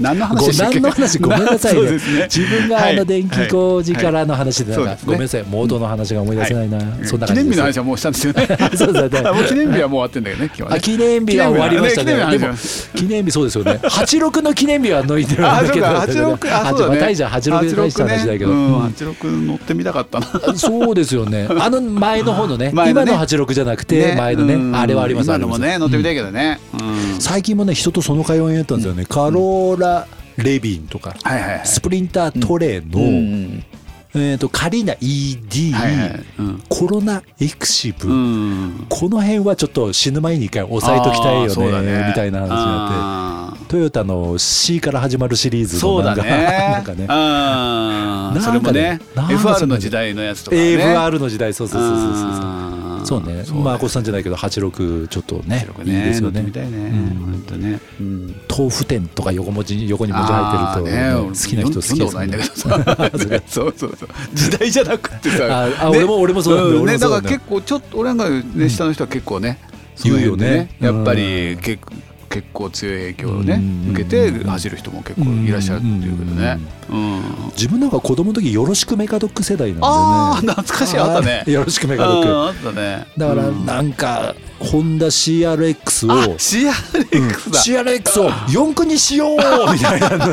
[SPEAKER 1] 何の話
[SPEAKER 2] ご
[SPEAKER 1] でしたっけ
[SPEAKER 2] 何の 話ごめんなさい
[SPEAKER 1] そう
[SPEAKER 2] ね
[SPEAKER 1] ですね
[SPEAKER 2] 自分があ
[SPEAKER 1] は
[SPEAKER 2] の
[SPEAKER 1] い
[SPEAKER 2] 電気工事からの話でなんか、
[SPEAKER 1] はいはい
[SPEAKER 2] ごめんなさいモードの話が思い出せないな、
[SPEAKER 1] はい
[SPEAKER 2] そんな
[SPEAKER 1] 記
[SPEAKER 2] 感じ
[SPEAKER 1] 念
[SPEAKER 2] で
[SPEAKER 1] 日
[SPEAKER 2] す
[SPEAKER 1] の話はもうしたんですよね
[SPEAKER 2] そうそうそ う
[SPEAKER 1] あもう記念日はもう終わってんだよね今日はね
[SPEAKER 2] あ記念日は終わりましたね
[SPEAKER 1] 記念日の話
[SPEAKER 2] でも記念日そうです よね86の記念日は抜いてるん
[SPEAKER 1] あそ
[SPEAKER 2] だ
[SPEAKER 1] う
[SPEAKER 2] けど
[SPEAKER 1] か八六あそうだね
[SPEAKER 2] まあ大した86で大した話だけど、
[SPEAKER 1] 八六ねうん
[SPEAKER 2] うん
[SPEAKER 1] 八六乗ってみたかったな
[SPEAKER 2] そうですよねあの前の方のね
[SPEAKER 1] 前の
[SPEAKER 2] 今
[SPEAKER 1] ね
[SPEAKER 2] の86じゃなくて前のね
[SPEAKER 1] うん
[SPEAKER 2] あれはあります
[SPEAKER 1] 今のも
[SPEAKER 2] あります
[SPEAKER 1] ね乗ってみたいけどねうん
[SPEAKER 2] 最近もね人とその会話になったんですよね、カローラ・レビンとか、
[SPEAKER 1] はいはいはい
[SPEAKER 2] スプリンタートレーの、
[SPEAKER 1] うん
[SPEAKER 2] えー、とカリーナ ED、
[SPEAKER 1] はいはいうん
[SPEAKER 2] コロナエクシブ、
[SPEAKER 1] うん
[SPEAKER 2] この辺はちょっと死ぬ前に一回押さえときたい
[SPEAKER 1] あー
[SPEAKER 2] よ
[SPEAKER 1] そうだ
[SPEAKER 2] ねみたいな話になって
[SPEAKER 1] あー
[SPEAKER 2] トヨタの C から始まるシリーズ
[SPEAKER 1] そ
[SPEAKER 2] の
[SPEAKER 1] うだ
[SPEAKER 2] なんか、
[SPEAKER 1] ね
[SPEAKER 2] なんかね
[SPEAKER 1] あーそ
[SPEAKER 2] な
[SPEAKER 1] れ
[SPEAKER 2] ん
[SPEAKER 1] も
[SPEAKER 2] か
[SPEAKER 1] ね
[SPEAKER 2] ねなんかそん
[SPEAKER 1] FR
[SPEAKER 2] な
[SPEAKER 1] の時代のやつとかね
[SPEAKER 2] AVR の時代そうそうそうそうそうそう
[SPEAKER 1] あー
[SPEAKER 2] そうねマーコスさんじゃないけど86ちょっとね
[SPEAKER 1] 86
[SPEAKER 2] いいですよ
[SPEAKER 1] 乗って
[SPEAKER 2] ね
[SPEAKER 1] みたいね
[SPEAKER 2] うん
[SPEAKER 1] 本当ねうん
[SPEAKER 2] 豆腐店とか横文字に横に文字入ってると、
[SPEAKER 1] あーね
[SPEAKER 2] 好きな人好き
[SPEAKER 1] 読
[SPEAKER 2] で
[SPEAKER 1] ん
[SPEAKER 2] す
[SPEAKER 1] だ
[SPEAKER 2] ね
[SPEAKER 1] こと ないんだけどさそうそうそう時代じゃなくってさ
[SPEAKER 2] あーあ
[SPEAKER 1] ね
[SPEAKER 2] 俺も俺もそうなんだ
[SPEAKER 1] ん
[SPEAKER 2] 俺
[SPEAKER 1] ね
[SPEAKER 2] もそ
[SPEAKER 1] だ
[SPEAKER 2] う
[SPEAKER 1] から
[SPEAKER 2] なんだ
[SPEAKER 1] 結構ちょっと俺なんかね下の人は結構ね
[SPEAKER 2] 言うよね
[SPEAKER 1] そういうのでやっぱり結構結構強い影響をね
[SPEAKER 2] うん
[SPEAKER 1] 受けて走る人も結構いらっしゃるっていうけどねうん
[SPEAKER 2] 自分なんか子供の時よろしくメカドック世代な
[SPEAKER 1] あ
[SPEAKER 2] ん
[SPEAKER 1] あ
[SPEAKER 2] でね
[SPEAKER 1] 懐かしいあったね
[SPEAKER 2] はいよろしくメカ
[SPEAKER 1] うん
[SPEAKER 2] ドック
[SPEAKER 1] あったね
[SPEAKER 2] だからなんかホンダ CRX を
[SPEAKER 1] シアレックスだ
[SPEAKER 2] CRX を4区にしようみたいなのが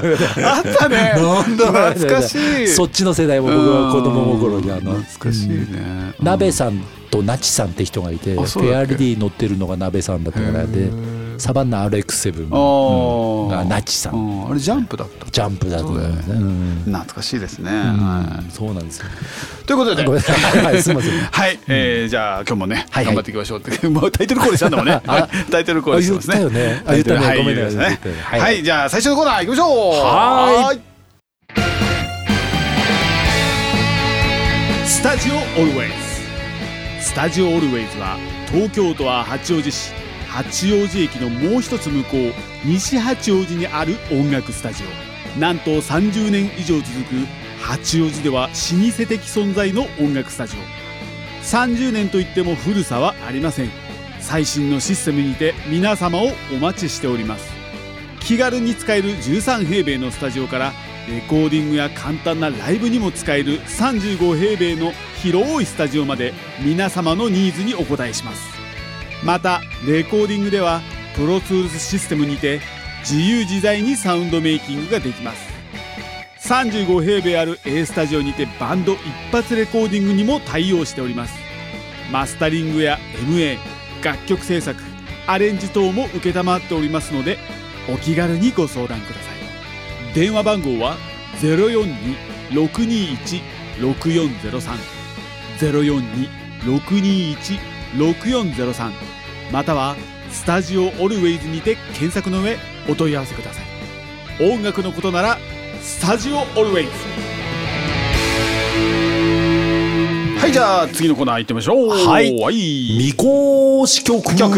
[SPEAKER 1] あったね
[SPEAKER 2] なんだろう
[SPEAKER 1] 懐かしい
[SPEAKER 2] そっちの世代も僕は子供心にあ
[SPEAKER 1] う
[SPEAKER 2] の
[SPEAKER 1] ん懐かしいね
[SPEAKER 2] 鍋さんとナチさんって人がいてフ
[SPEAKER 1] あそうだ
[SPEAKER 2] ェ
[SPEAKER 1] っ
[SPEAKER 2] ア
[SPEAKER 1] け
[SPEAKER 2] リディ乗ってるのが鍋さんだったからでサバンナ RX7
[SPEAKER 1] あー
[SPEAKER 2] うんがナチさ
[SPEAKER 1] うんんあれジャンプだった
[SPEAKER 2] ジャンプだと思います
[SPEAKER 1] そうだ
[SPEAKER 2] ね
[SPEAKER 1] よ
[SPEAKER 2] うん
[SPEAKER 1] 懐かしいですね
[SPEAKER 2] う
[SPEAKER 1] は
[SPEAKER 2] んそうなんですよ
[SPEAKER 1] いということで
[SPEAKER 2] ごめんなさいはいすいません
[SPEAKER 1] はいえーじゃあ今日もね
[SPEAKER 2] はい
[SPEAKER 1] 頑
[SPEAKER 2] はい
[SPEAKER 1] 張っていきましょうって もうタイトルコールしたんだもんねはいタイトルコールしてますね
[SPEAKER 2] あ言ったよねあ言ったね
[SPEAKER 1] はい
[SPEAKER 2] ごめん
[SPEAKER 1] 言
[SPEAKER 2] な
[SPEAKER 1] う
[SPEAKER 2] さい
[SPEAKER 1] ですね
[SPEAKER 2] はい
[SPEAKER 1] はいじゃあ最初のコーナー行きましょう
[SPEAKER 2] はーい
[SPEAKER 1] ーいタジオオルウェイズスタジオオルウェイズは東京都は八王子市八王子駅のもう一つ向こう西八王子にある音楽スタジオなんと30年以上続く八王子では老舗的存在の音楽スタジオ30年といっても古さはありません最新のシステムにて皆様をお待ちしております気軽に使える13平米のスタジオからレコーディングや簡単なライブにも使える35平米の広いスタジオまで皆様のニーズにお応えしますまたレコーディングではプロツールスシステムにて自由自在にサウンドメイキングができます35平米ある A スタジオにてバンド一発レコーディングにも対応しておりますマスタリングや MA 楽曲制作アレンジ等も承っておりますのでお気軽にご相談ください電話番号は042-621-6403 042-621-6403またはスタジオオルウェイズにて検索の上お問い合わせください音楽のことならスタジオオルウェイズはいじゃあ次のコーナー行ってみましょう
[SPEAKER 2] はい
[SPEAKER 1] はい
[SPEAKER 2] 未公式曲
[SPEAKER 1] 曲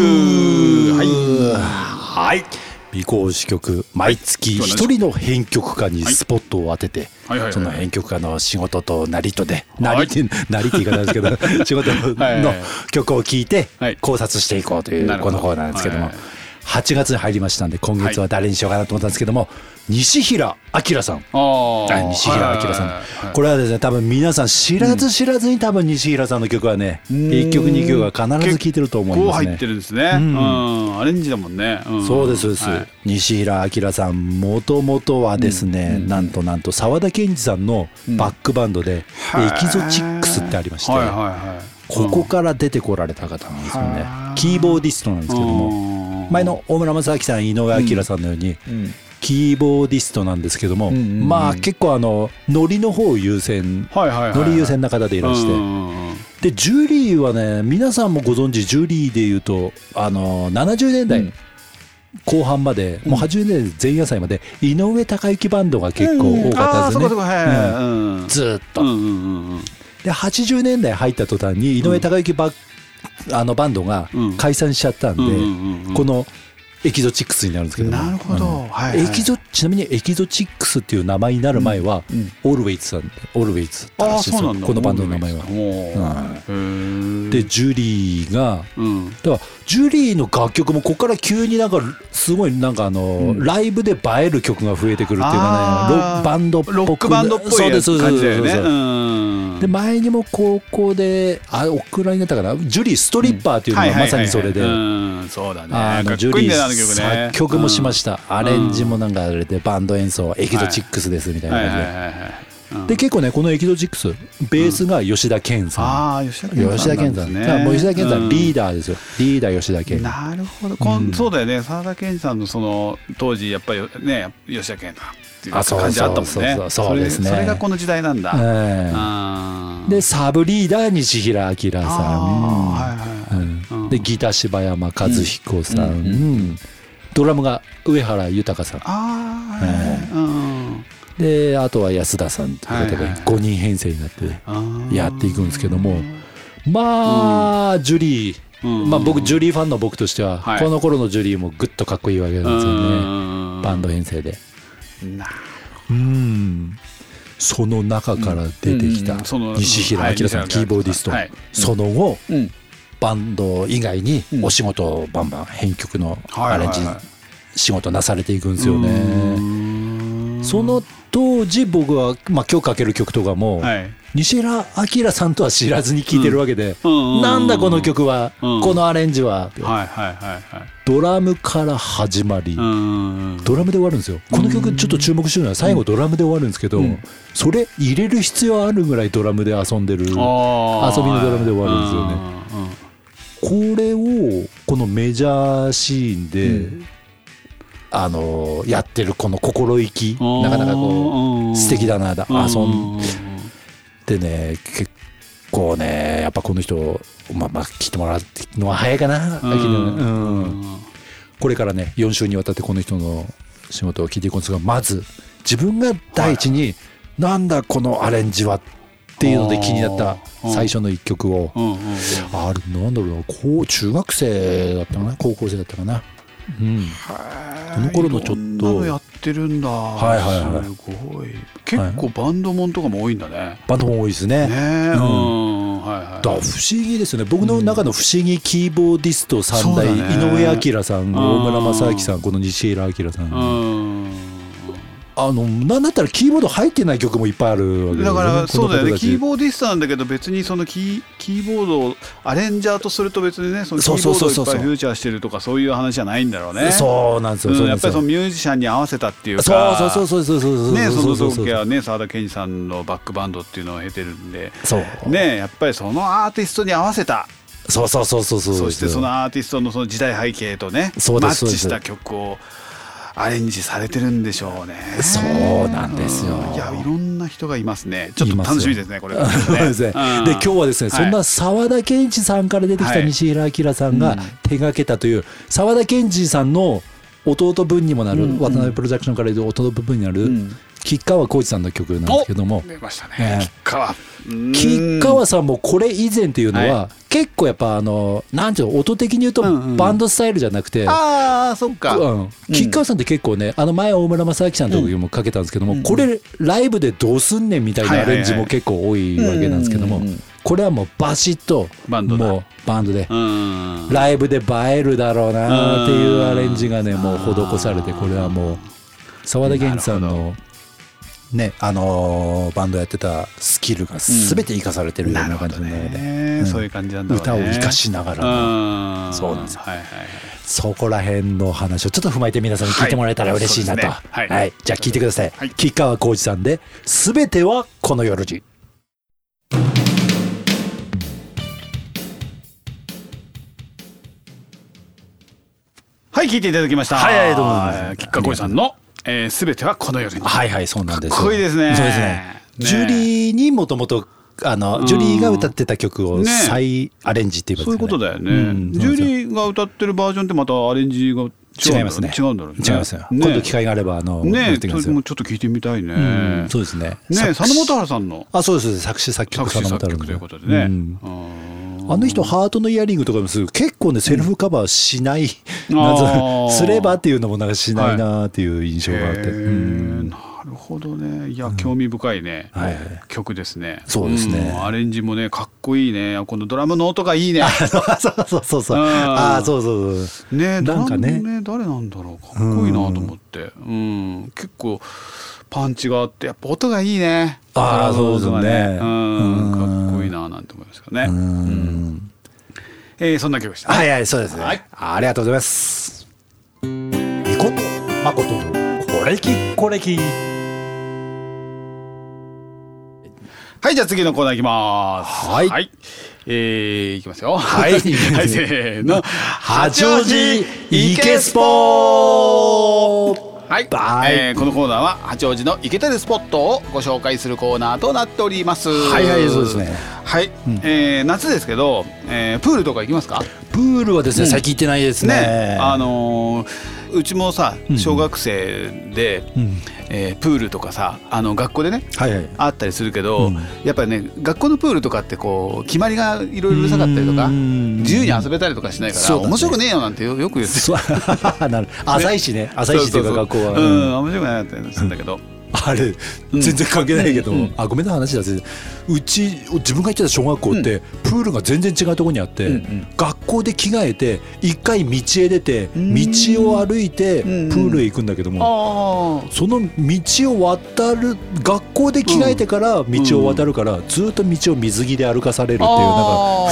[SPEAKER 2] はい、未公式曲毎月一人の編曲家にスポットを当てて、
[SPEAKER 1] はいはいはいはい
[SPEAKER 2] その編曲家の仕事となりとで、なりてなりって言い方ですけど仕事
[SPEAKER 1] はい
[SPEAKER 2] の曲を聴いて
[SPEAKER 1] はい
[SPEAKER 2] 考察していこうとい
[SPEAKER 1] な
[SPEAKER 2] う
[SPEAKER 1] るほ
[SPEAKER 2] こ
[SPEAKER 1] ど
[SPEAKER 2] のコーナーなんですけども、
[SPEAKER 1] はい
[SPEAKER 2] 8月に入りましたんで今月は誰にしようかなと思ったんですけども、西平明さん
[SPEAKER 1] あ
[SPEAKER 2] あ西平明さん、こ
[SPEAKER 1] れ
[SPEAKER 2] れはですね多分皆さん知らず知らずに多分西平さんの曲はね、1曲2曲は必ず聴いてると思い
[SPEAKER 1] こう
[SPEAKER 2] ます
[SPEAKER 1] 入
[SPEAKER 2] ね
[SPEAKER 1] って。るんですね。うん、アレンジだもんね。ん
[SPEAKER 2] そうですそうです、
[SPEAKER 1] はい
[SPEAKER 2] 西平明さんもともとはですね、なんとなんと沢田研二さんのバックバンドで、エキゾチックスってありまして、
[SPEAKER 1] はいはいはい。
[SPEAKER 2] ここから出てこられた方なんですよね
[SPEAKER 1] はあ
[SPEAKER 2] キーボーディストなんですけども
[SPEAKER 1] も
[SPEAKER 2] 前の大村正明さん井上明さんのように、キーボーディストなんですけども、
[SPEAKER 4] んうんうん
[SPEAKER 2] まあ結構あのノリの方を優先、
[SPEAKER 1] はいはいはいはい
[SPEAKER 2] ノリ優先な方でいらして、
[SPEAKER 1] うん
[SPEAKER 2] でジュリーはね皆さんもご存知ジュリーでいうとあの70年代後半まで、もう80年代前夜祭まで井上隆之バンドが結構多かったですね、
[SPEAKER 1] うんあーそこそこはいはいはいうん
[SPEAKER 2] ずーっと、
[SPEAKER 1] うんうんうんうん
[SPEAKER 2] で80年代入った途端に井上隆之バ,、あのバンドが
[SPEAKER 1] うん
[SPEAKER 2] 解散しちゃったんで、
[SPEAKER 1] うんうんうん
[SPEAKER 2] このエキゾチックスになるんですけども
[SPEAKER 1] なるほど
[SPEAKER 2] うん
[SPEAKER 1] はいはい
[SPEAKER 2] エキゾちなみにエキゾチックスっていう名前になる前は、オールウェイズさんオールウェイズだった
[SPEAKER 1] あ
[SPEAKER 2] ら
[SPEAKER 1] あ
[SPEAKER 2] しいで
[SPEAKER 1] そうなん
[SPEAKER 2] すよ
[SPEAKER 1] だ。
[SPEAKER 2] このバンドの名前は。
[SPEAKER 1] は。へえ
[SPEAKER 2] でジュリーが
[SPEAKER 1] うん。
[SPEAKER 2] だからジュリーの楽曲もここから急になんかすごいなんかあの、ライブで映える曲が増えてくるっていう
[SPEAKER 1] あー
[SPEAKER 2] かねロバンドっぽく
[SPEAKER 1] ロックバンドっぽい
[SPEAKER 2] そう
[SPEAKER 1] 感
[SPEAKER 2] です
[SPEAKER 1] じ
[SPEAKER 2] そうです
[SPEAKER 1] だよね。
[SPEAKER 2] そう
[SPEAKER 1] う
[SPEAKER 2] です
[SPEAKER 1] ん
[SPEAKER 2] で前にも高校であおくらいになったかなジュリーストリッパーっていうの
[SPEAKER 1] は
[SPEAKER 2] が
[SPEAKER 1] いはいはい
[SPEAKER 2] まさにそれで。
[SPEAKER 1] うんそうだね。
[SPEAKER 2] あ
[SPEAKER 1] か
[SPEAKER 2] の
[SPEAKER 1] っ
[SPEAKER 2] ジュ
[SPEAKER 1] こいいん
[SPEAKER 2] リ
[SPEAKER 1] だよねあ
[SPEAKER 2] ー
[SPEAKER 1] の曲ね
[SPEAKER 2] 作曲もしました、アレンジもなんかあれでバンド演奏エキゾチックスですみたいな
[SPEAKER 1] はい
[SPEAKER 2] 感じ
[SPEAKER 1] は
[SPEAKER 2] で、
[SPEAKER 1] いはいはい。うん
[SPEAKER 2] で結構ねこのエキゾチックスベースが吉田健さん、
[SPEAKER 1] ああ吉田健
[SPEAKER 2] 吉田健さんね。だからもう吉田健さんリー
[SPEAKER 1] ダ
[SPEAKER 2] ダーですよ。リーダー吉田健。
[SPEAKER 1] なるほど、こんそうだよね澤田健さんのその当時やっぱりね吉田健さんっていう
[SPEAKER 2] あそう
[SPEAKER 1] 感じあったもんね
[SPEAKER 2] そうそうそうそう
[SPEAKER 1] れ
[SPEAKER 2] ですね
[SPEAKER 1] それがこの時代なんだ、
[SPEAKER 2] ええ
[SPEAKER 1] あー
[SPEAKER 2] でサブリーダー西平明
[SPEAKER 1] あー
[SPEAKER 2] さ
[SPEAKER 1] はいはい
[SPEAKER 2] んう
[SPEAKER 1] うん
[SPEAKER 2] ん。でギター柴山和彦さん。うんドラムが上原豊さん。
[SPEAKER 1] あーはいはいうん
[SPEAKER 2] であとは安田さんということ
[SPEAKER 1] はい
[SPEAKER 2] で
[SPEAKER 1] はいはい
[SPEAKER 2] 5人編成になって
[SPEAKER 1] あー
[SPEAKER 2] やっていくんですけどもまあジュリー。
[SPEAKER 1] うん
[SPEAKER 2] まあ僕ジュリーファンの僕としては
[SPEAKER 1] はい
[SPEAKER 2] この頃のジュリーもグッとかっこいいわけなんですよね
[SPEAKER 1] うん
[SPEAKER 2] バンド編成で
[SPEAKER 1] な
[SPEAKER 2] うんその中から出てきた
[SPEAKER 1] うんその
[SPEAKER 2] 西
[SPEAKER 1] は
[SPEAKER 2] 平
[SPEAKER 1] い
[SPEAKER 2] 明さん
[SPEAKER 1] 西
[SPEAKER 2] キ
[SPEAKER 1] 平明
[SPEAKER 2] ーボーディスト
[SPEAKER 1] はい
[SPEAKER 2] その後
[SPEAKER 1] うん
[SPEAKER 2] バンド以外にお仕事をバンバン編曲の
[SPEAKER 1] はいは
[SPEAKER 2] ア
[SPEAKER 1] いは
[SPEAKER 2] レ
[SPEAKER 1] い
[SPEAKER 2] ンジ仕事なされていくんですよ
[SPEAKER 1] う
[SPEAKER 2] ね
[SPEAKER 1] ん
[SPEAKER 2] その当時僕は、まあ、今日かける曲とかも、
[SPEAKER 1] はい
[SPEAKER 2] 西平明さんとは知らずに聴いてるわけで、
[SPEAKER 1] うんうんうんうん
[SPEAKER 2] なんだこの曲は、
[SPEAKER 1] うん
[SPEAKER 2] このアレンジは、
[SPEAKER 1] はいはいはいはい
[SPEAKER 2] ドラムから始まり、
[SPEAKER 1] うん
[SPEAKER 2] ドラムで終わるんですよこの曲ちょっと注目してるのは最後ドラムで終わるんですけど、それ入れる必要あるぐらいドラムで遊んでるこ
[SPEAKER 1] あー
[SPEAKER 2] 遊びのドラムで終わるんですよね
[SPEAKER 1] うんうんうん
[SPEAKER 2] れをこのメジャーシーンで、あのやってるこの心意気なかなか
[SPEAKER 1] う
[SPEAKER 2] こ
[SPEAKER 1] ん
[SPEAKER 2] う素敵だなだ
[SPEAKER 1] うん
[SPEAKER 2] 遊んでね結構ねやっぱこの人まあまあ聞いてもらうのは早いかな、
[SPEAKER 1] うん
[SPEAKER 2] うんこれからね4週にわたってこの人の仕事を聞いていくんですがまず自分が第一に、なんだこのアレンジはっっていうので気になった最初の一曲を
[SPEAKER 1] うんうんうん
[SPEAKER 2] あれなんだろうなこう中学生だったかな高校生だったかなうんその頃のちょ
[SPEAKER 1] い
[SPEAKER 2] っと
[SPEAKER 1] ろんなのやってるんだ
[SPEAKER 2] いはいはい
[SPEAKER 1] すごい結構バンドもんとかも多いんだね
[SPEAKER 2] バンドも多いです
[SPEAKER 1] ね
[SPEAKER 2] ね
[SPEAKER 1] えう
[SPEAKER 2] うん
[SPEAKER 1] んはいはい
[SPEAKER 2] だから不思議ですよね僕の中の不思議キーボーディスト三大、
[SPEAKER 1] そうだね
[SPEAKER 2] 井上彰さん大村正明さんこの西平明さん、
[SPEAKER 1] うん
[SPEAKER 2] あのなんだったらキーボード入ってない曲もいっぱいあるわけです
[SPEAKER 1] だ
[SPEAKER 2] よね
[SPEAKER 1] から
[SPEAKER 2] こ
[SPEAKER 1] そ
[SPEAKER 2] の
[SPEAKER 1] うだよね
[SPEAKER 2] 方たち
[SPEAKER 1] キーボーディストなんだけど別にそのキーキーボードをアレンジャーとすると別にねそのキー
[SPEAKER 2] そう
[SPEAKER 1] ボ
[SPEAKER 2] そう
[SPEAKER 1] ー
[SPEAKER 2] そ
[SPEAKER 1] ドをい
[SPEAKER 2] うそう
[SPEAKER 1] っぱいフューチャーしてるとかそういう話じゃないんだろうね
[SPEAKER 2] そうなんですよ、
[SPEAKER 1] うん
[SPEAKER 2] そうな
[SPEAKER 1] や
[SPEAKER 2] ん
[SPEAKER 1] っぱ
[SPEAKER 2] ですよ
[SPEAKER 1] りそのミュージシャンに合わせたっていうか
[SPEAKER 2] そうそうそうそうそうそうそう
[SPEAKER 1] ねその
[SPEAKER 2] そうそう
[SPEAKER 1] 時はね澤田研二さんのバックバンドっていうのを経てるんで
[SPEAKER 2] そう
[SPEAKER 1] ねやっぱりそのアーティストに合わせた
[SPEAKER 2] そうそうそうそうそう
[SPEAKER 1] そしてそのアーティストのその時代背景とね
[SPEAKER 2] そう
[SPEAKER 1] マ
[SPEAKER 2] です
[SPEAKER 1] ッチし
[SPEAKER 2] そう
[SPEAKER 1] た
[SPEAKER 2] で
[SPEAKER 1] 曲をアレンジされてるんでしょうね。
[SPEAKER 2] そうなんですよ
[SPEAKER 1] うんいやいろんな人がいますね。ちょっと
[SPEAKER 2] いますよ
[SPEAKER 1] 楽しみですねこれからね。
[SPEAKER 2] そうですねで
[SPEAKER 1] うん
[SPEAKER 2] 今日はですね、
[SPEAKER 1] はい
[SPEAKER 2] そんな澤田研二さんから出てき
[SPEAKER 1] は
[SPEAKER 2] た
[SPEAKER 1] い
[SPEAKER 2] 西平明さんが手掛けたという澤田研二さんの弟分にもなる、
[SPEAKER 1] うんうん
[SPEAKER 2] 渡辺プロダクションから言う弟分になる、
[SPEAKER 1] うん
[SPEAKER 2] 吉川浩司さんの曲なんですけども
[SPEAKER 1] 出ましたね
[SPEAKER 2] ね。
[SPEAKER 1] 吉川。うん
[SPEAKER 2] 吉川さんもこれ以前っていうのは、
[SPEAKER 1] は
[SPEAKER 2] 結構やっぱあのなんていうの音的に言うと
[SPEAKER 1] うんうん
[SPEAKER 2] バンドスタイルじゃなくて、
[SPEAKER 1] ああそっか。
[SPEAKER 2] うん、吉川さんって結構ねあの前大村正明さんの時もかけたんですけども、これライブでどうすんねんみたいなアレンジも結構多いわけなんですけども、
[SPEAKER 1] うんうんうん
[SPEAKER 2] これはもうバシッと
[SPEAKER 1] バンドだ
[SPEAKER 2] もうバンドで、
[SPEAKER 1] うん。
[SPEAKER 2] ライブで映えるだろうなっていうアレンジがね
[SPEAKER 1] うん
[SPEAKER 2] もう施されてこれはもう澤田研二さん
[SPEAKER 1] なる
[SPEAKER 2] の。ねあのーバンドやってたスキルが全て生かされてるような感じの中で、
[SPEAKER 1] ね
[SPEAKER 2] うん
[SPEAKER 1] そういう感じなんだろうね。
[SPEAKER 2] 歌を生かしながらも、
[SPEAKER 1] うん。
[SPEAKER 2] そうなんですよ
[SPEAKER 1] はいはいはい。
[SPEAKER 2] そこら辺の話をちょっと踏まえて皆さんに聞いてもらえたら嬉しいなと。
[SPEAKER 1] はいそうですね
[SPEAKER 2] は
[SPEAKER 1] はい
[SPEAKER 2] い、じゃあ聞いてください。
[SPEAKER 1] はい
[SPEAKER 2] 吉川浩司さんで、すべてはこの夜時。
[SPEAKER 1] はい聞いていただきました。
[SPEAKER 2] はいはいどうもどうも
[SPEAKER 1] えー吉川浩司さんのえーすべてはこの夜に。
[SPEAKER 2] はいはい、そうなんですよ。
[SPEAKER 1] かっこいいですね
[SPEAKER 2] そうですね。ジュリーにもともと、あ
[SPEAKER 1] うん
[SPEAKER 2] の、ジュリーが歌ってた曲を
[SPEAKER 1] ね
[SPEAKER 2] 再アレンジって言い
[SPEAKER 1] そう
[SPEAKER 2] ま
[SPEAKER 1] い
[SPEAKER 2] す
[SPEAKER 1] うこと
[SPEAKER 2] ね。
[SPEAKER 1] だよね、
[SPEAKER 2] うん
[SPEAKER 1] ジュリーが歌ってるバージョンってまたアレンジが違
[SPEAKER 2] 違
[SPEAKER 1] う
[SPEAKER 2] い
[SPEAKER 1] んだ
[SPEAKER 2] ま
[SPEAKER 1] ろ
[SPEAKER 2] す
[SPEAKER 1] うね
[SPEAKER 2] ね。
[SPEAKER 1] 違うんだろうね
[SPEAKER 2] 違いますよ。
[SPEAKER 1] ね
[SPEAKER 2] 今度機会があれば、あの、持
[SPEAKER 1] ね
[SPEAKER 2] ってき
[SPEAKER 1] そ
[SPEAKER 2] ま
[SPEAKER 1] れ
[SPEAKER 2] すよ。
[SPEAKER 1] もちょっと聞いてみたいね、
[SPEAKER 2] うんそうですね。
[SPEAKER 1] ね
[SPEAKER 2] 作
[SPEAKER 1] 佐
[SPEAKER 2] 詞
[SPEAKER 1] 野元春さんの
[SPEAKER 2] あ、そうですそうです。作詞作曲
[SPEAKER 1] 作詞
[SPEAKER 2] 佐野
[SPEAKER 1] 作
[SPEAKER 2] 元春
[SPEAKER 1] 曲
[SPEAKER 2] の
[SPEAKER 1] ということでね、
[SPEAKER 2] うん
[SPEAKER 1] うん
[SPEAKER 2] あの人ハートのイヤリングとかもする結構ねセルフカバーしない、
[SPEAKER 1] うん
[SPEAKER 2] なんつう
[SPEAKER 1] あ
[SPEAKER 2] の
[SPEAKER 1] ー
[SPEAKER 2] すればっていうのもなんかしないなっていう印象があっ
[SPEAKER 1] へ
[SPEAKER 2] て、う
[SPEAKER 1] ー
[SPEAKER 2] ん
[SPEAKER 1] なるほどねいや興味深いね、
[SPEAKER 2] はいはい
[SPEAKER 1] 曲ですね
[SPEAKER 2] そうですね
[SPEAKER 1] んアレンジもねかっこいいねこのドラムの音がいいね
[SPEAKER 2] そうそうそうそう
[SPEAKER 1] うん
[SPEAKER 2] ああそうそうそう
[SPEAKER 1] ね
[SPEAKER 2] なんかね
[SPEAKER 1] ドラム誰なんだろうかっこいいなと思ってうん、結構パンチがあってやっぱ音がいいね
[SPEAKER 2] あー
[SPEAKER 1] ドラムの音が
[SPEAKER 2] そうですね
[SPEAKER 1] うん
[SPEAKER 2] うん
[SPEAKER 1] かっこいいななんて思いますけどね、
[SPEAKER 2] う
[SPEAKER 1] うん
[SPEAKER 2] ん
[SPEAKER 1] えーそんな曲でした、
[SPEAKER 2] はいはいそうですね、
[SPEAKER 1] はい
[SPEAKER 2] ありがとうございますみことまことこれきこれき
[SPEAKER 1] はいじゃあ次のコーナーいきます
[SPEAKER 2] はい
[SPEAKER 1] えーいきますよ
[SPEAKER 2] はい
[SPEAKER 1] はいせーの
[SPEAKER 2] 八王子イケス
[SPEAKER 1] ポ
[SPEAKER 2] ポ
[SPEAKER 1] はい、
[SPEAKER 2] はい
[SPEAKER 1] えーこのコーナーは八王子のイケてるスポットをご紹介するコーナーとなっております
[SPEAKER 2] はいはいそうですね
[SPEAKER 1] はい、えー夏ですけど、えープールとか行きますか
[SPEAKER 2] プールはですね、最近行ってないですね
[SPEAKER 1] あのーうちもさ小学生で、
[SPEAKER 2] うん
[SPEAKER 1] えープールとかさあの学校でね
[SPEAKER 2] はいはい
[SPEAKER 1] あったりするけど、
[SPEAKER 2] うん
[SPEAKER 1] やっぱりね学校のプールとかってこう決まりがいろいろうるさかったりとか
[SPEAKER 2] うん
[SPEAKER 1] 自由に遊べたりとかしないから、
[SPEAKER 2] そうだね
[SPEAKER 1] 面白くねえよなんてよよく言って
[SPEAKER 2] そう なる朝市ね朝市というか学校は
[SPEAKER 1] そうそうそううん、面白くないなってするんだけど、
[SPEAKER 2] あれ全然関係ないけど、あごめんな話だ全然うち自分が行ってた小学校って、プールが全然違うところにあって、
[SPEAKER 1] うんうん
[SPEAKER 2] 学校で着替えて一回道へ出て
[SPEAKER 1] ん
[SPEAKER 2] 道を歩いてプ
[SPEAKER 1] んうん
[SPEAKER 2] ールへ行くんだけども、
[SPEAKER 1] ああ
[SPEAKER 2] その道を渡る学校で着替えてから道を渡るから、ずっと道を水着で歩かされるっていうなんか不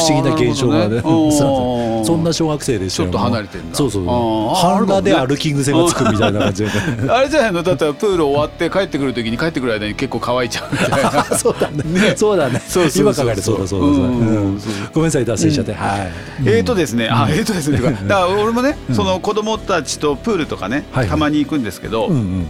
[SPEAKER 2] 思議な現象が
[SPEAKER 1] あーな
[SPEAKER 2] ね
[SPEAKER 1] るほどね
[SPEAKER 2] そうそんな小学生でし
[SPEAKER 1] ち
[SPEAKER 2] た
[SPEAKER 1] ょっ
[SPEAKER 2] よ
[SPEAKER 1] と離れてんだ
[SPEAKER 2] そうそう
[SPEAKER 1] あー
[SPEAKER 2] 半裸で
[SPEAKER 1] ある
[SPEAKER 2] 歩き癖がつくみたいな感じで、ね
[SPEAKER 1] あれじゃないのだったらプール終わって帰ってくる時に帰ってくる間に結構乾いちゃう みたいな
[SPEAKER 2] そうだねそうだね
[SPEAKER 1] そうそうそうそう
[SPEAKER 2] 今考えるそうだそうだそうだ、
[SPEAKER 1] うん
[SPEAKER 2] うんごめんなさい脱線しちゃって、はい
[SPEAKER 1] えーとですね、あ、えーと ですね、というかだから俺もね、その子供たちとプールとかね、
[SPEAKER 2] はいはい
[SPEAKER 1] たまに行くんですけど、
[SPEAKER 2] うんうん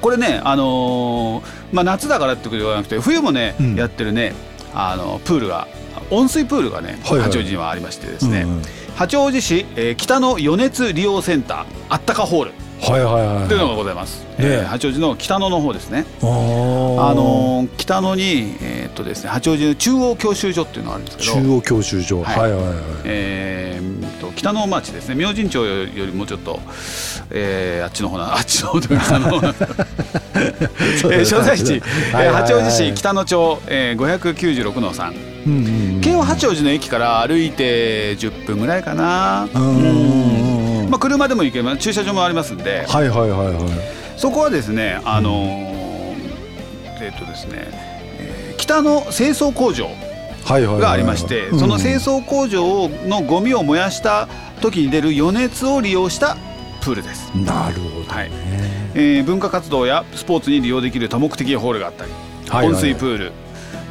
[SPEAKER 1] これね、あのーまあ夏だからってことじゃなくて、冬もね、
[SPEAKER 2] うん
[SPEAKER 1] やってるね、あのプールが温水プールがね、
[SPEAKER 2] はいはい
[SPEAKER 1] 八王子にはありましてですね、
[SPEAKER 2] うんうん
[SPEAKER 1] 八王子市、えー北の余熱利用センターあったかホール。
[SPEAKER 2] はいはいはい
[SPEAKER 1] というのがございます、えー八王子の北野の方ですね
[SPEAKER 2] あー
[SPEAKER 1] あのー北野に、えーっとですね、八王子の中央教習所っていうのがあるんですけど
[SPEAKER 2] 中央教習所
[SPEAKER 1] は
[SPEAKER 2] はいいはいはい
[SPEAKER 1] えー、と北の町ですね明神町よりもちょっと、えーあっちの方なあっちの方というかあの えー所在地、え
[SPEAKER 2] はい
[SPEAKER 1] ー
[SPEAKER 2] はいはい
[SPEAKER 1] 八王子市北野町、えー、596の3
[SPEAKER 2] うんうんうん
[SPEAKER 1] 京王八王子の駅から歩いて10分ぐらいかな、
[SPEAKER 2] うんうんうんうん
[SPEAKER 1] まあ、車でも行けば駐車場もありますんで
[SPEAKER 2] はいはいはいはい
[SPEAKER 1] そこはですねあのーえーっとですね、えー北野清掃工場
[SPEAKER 2] はいはいはい
[SPEAKER 1] がありまして、
[SPEAKER 2] うん
[SPEAKER 1] その清掃工場のゴミを燃やした時に出る余熱を利用したプールです、
[SPEAKER 2] なるほど
[SPEAKER 1] はい
[SPEAKER 2] ね
[SPEAKER 1] えー文化活動やスポーツに利用できる多目的ホールがあったり、
[SPEAKER 2] はいはい
[SPEAKER 1] 温水プール、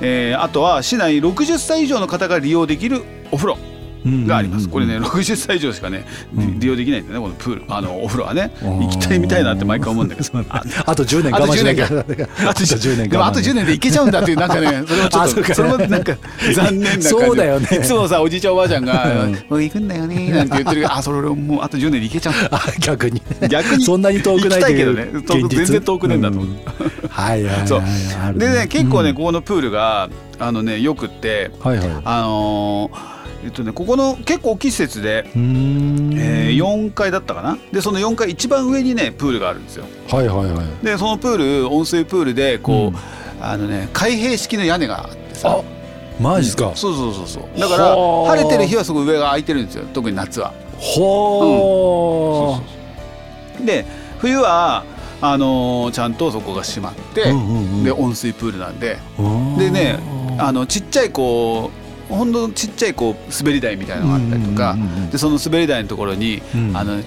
[SPEAKER 1] えーあとは市内60歳以上の方が利用できるお風呂があります、これね60歳以上しかね、
[SPEAKER 2] ん
[SPEAKER 1] 利用できないんだよねこのプールあのお風呂はね
[SPEAKER 2] あー
[SPEAKER 1] 行きたいみたいなって毎回思うんだけどあ
[SPEAKER 2] あと10年我慢しなきゃ
[SPEAKER 1] あと10
[SPEAKER 2] あと10年
[SPEAKER 1] でもあ
[SPEAKER 2] 我慢
[SPEAKER 1] と10年で行けちゃうんだっていうなんかねそれはちょ
[SPEAKER 2] あ
[SPEAKER 1] っ
[SPEAKER 2] そう
[SPEAKER 1] と
[SPEAKER 2] か
[SPEAKER 1] それもなん か残念な感じ
[SPEAKER 2] そうだよね
[SPEAKER 1] いつもさおじいちゃんおばあちゃんが
[SPEAKER 2] う
[SPEAKER 1] 「
[SPEAKER 2] ん
[SPEAKER 1] もう行くんだよね」なんて言ってるけ どあそれ俺もうあと10年で行けちゃうんだ
[SPEAKER 2] あ逆に
[SPEAKER 1] 逆に
[SPEAKER 2] そんなに遠くないという
[SPEAKER 1] 行きたいけどね遠く
[SPEAKER 2] 現実
[SPEAKER 1] 全然遠くねえんだと思う
[SPEAKER 2] うんはいはいはいはい
[SPEAKER 1] そう
[SPEAKER 2] ある
[SPEAKER 1] でね結構ねここのプールがあのねよくって
[SPEAKER 2] はいはい
[SPEAKER 1] あのーえっとねここの結構大きい施設で。
[SPEAKER 2] うーん
[SPEAKER 1] えー4階だったかなでその4階一番上にねプールがあるんですよ
[SPEAKER 2] はいはいはい
[SPEAKER 1] でそのプール温水プールでこう、
[SPEAKER 2] うん
[SPEAKER 1] あのね開閉式の屋根があってさ
[SPEAKER 2] あマジっすか
[SPEAKER 1] そうそうそうそうだから
[SPEAKER 2] は
[SPEAKER 1] 晴
[SPEAKER 2] あ
[SPEAKER 1] れてる日はすごい上が空いてるんですよ特に夏は
[SPEAKER 2] ほー
[SPEAKER 1] で冬はあのーちゃんとそこが閉まって、
[SPEAKER 2] うんうんうん
[SPEAKER 1] で温水プールなんで
[SPEAKER 2] うん
[SPEAKER 1] でねあのちっちゃいこうほんのちっちゃいこう滑り台みたいなのがあったりとか、
[SPEAKER 2] うんうんうんうん
[SPEAKER 1] でその滑り台のところに、
[SPEAKER 2] うん
[SPEAKER 1] あの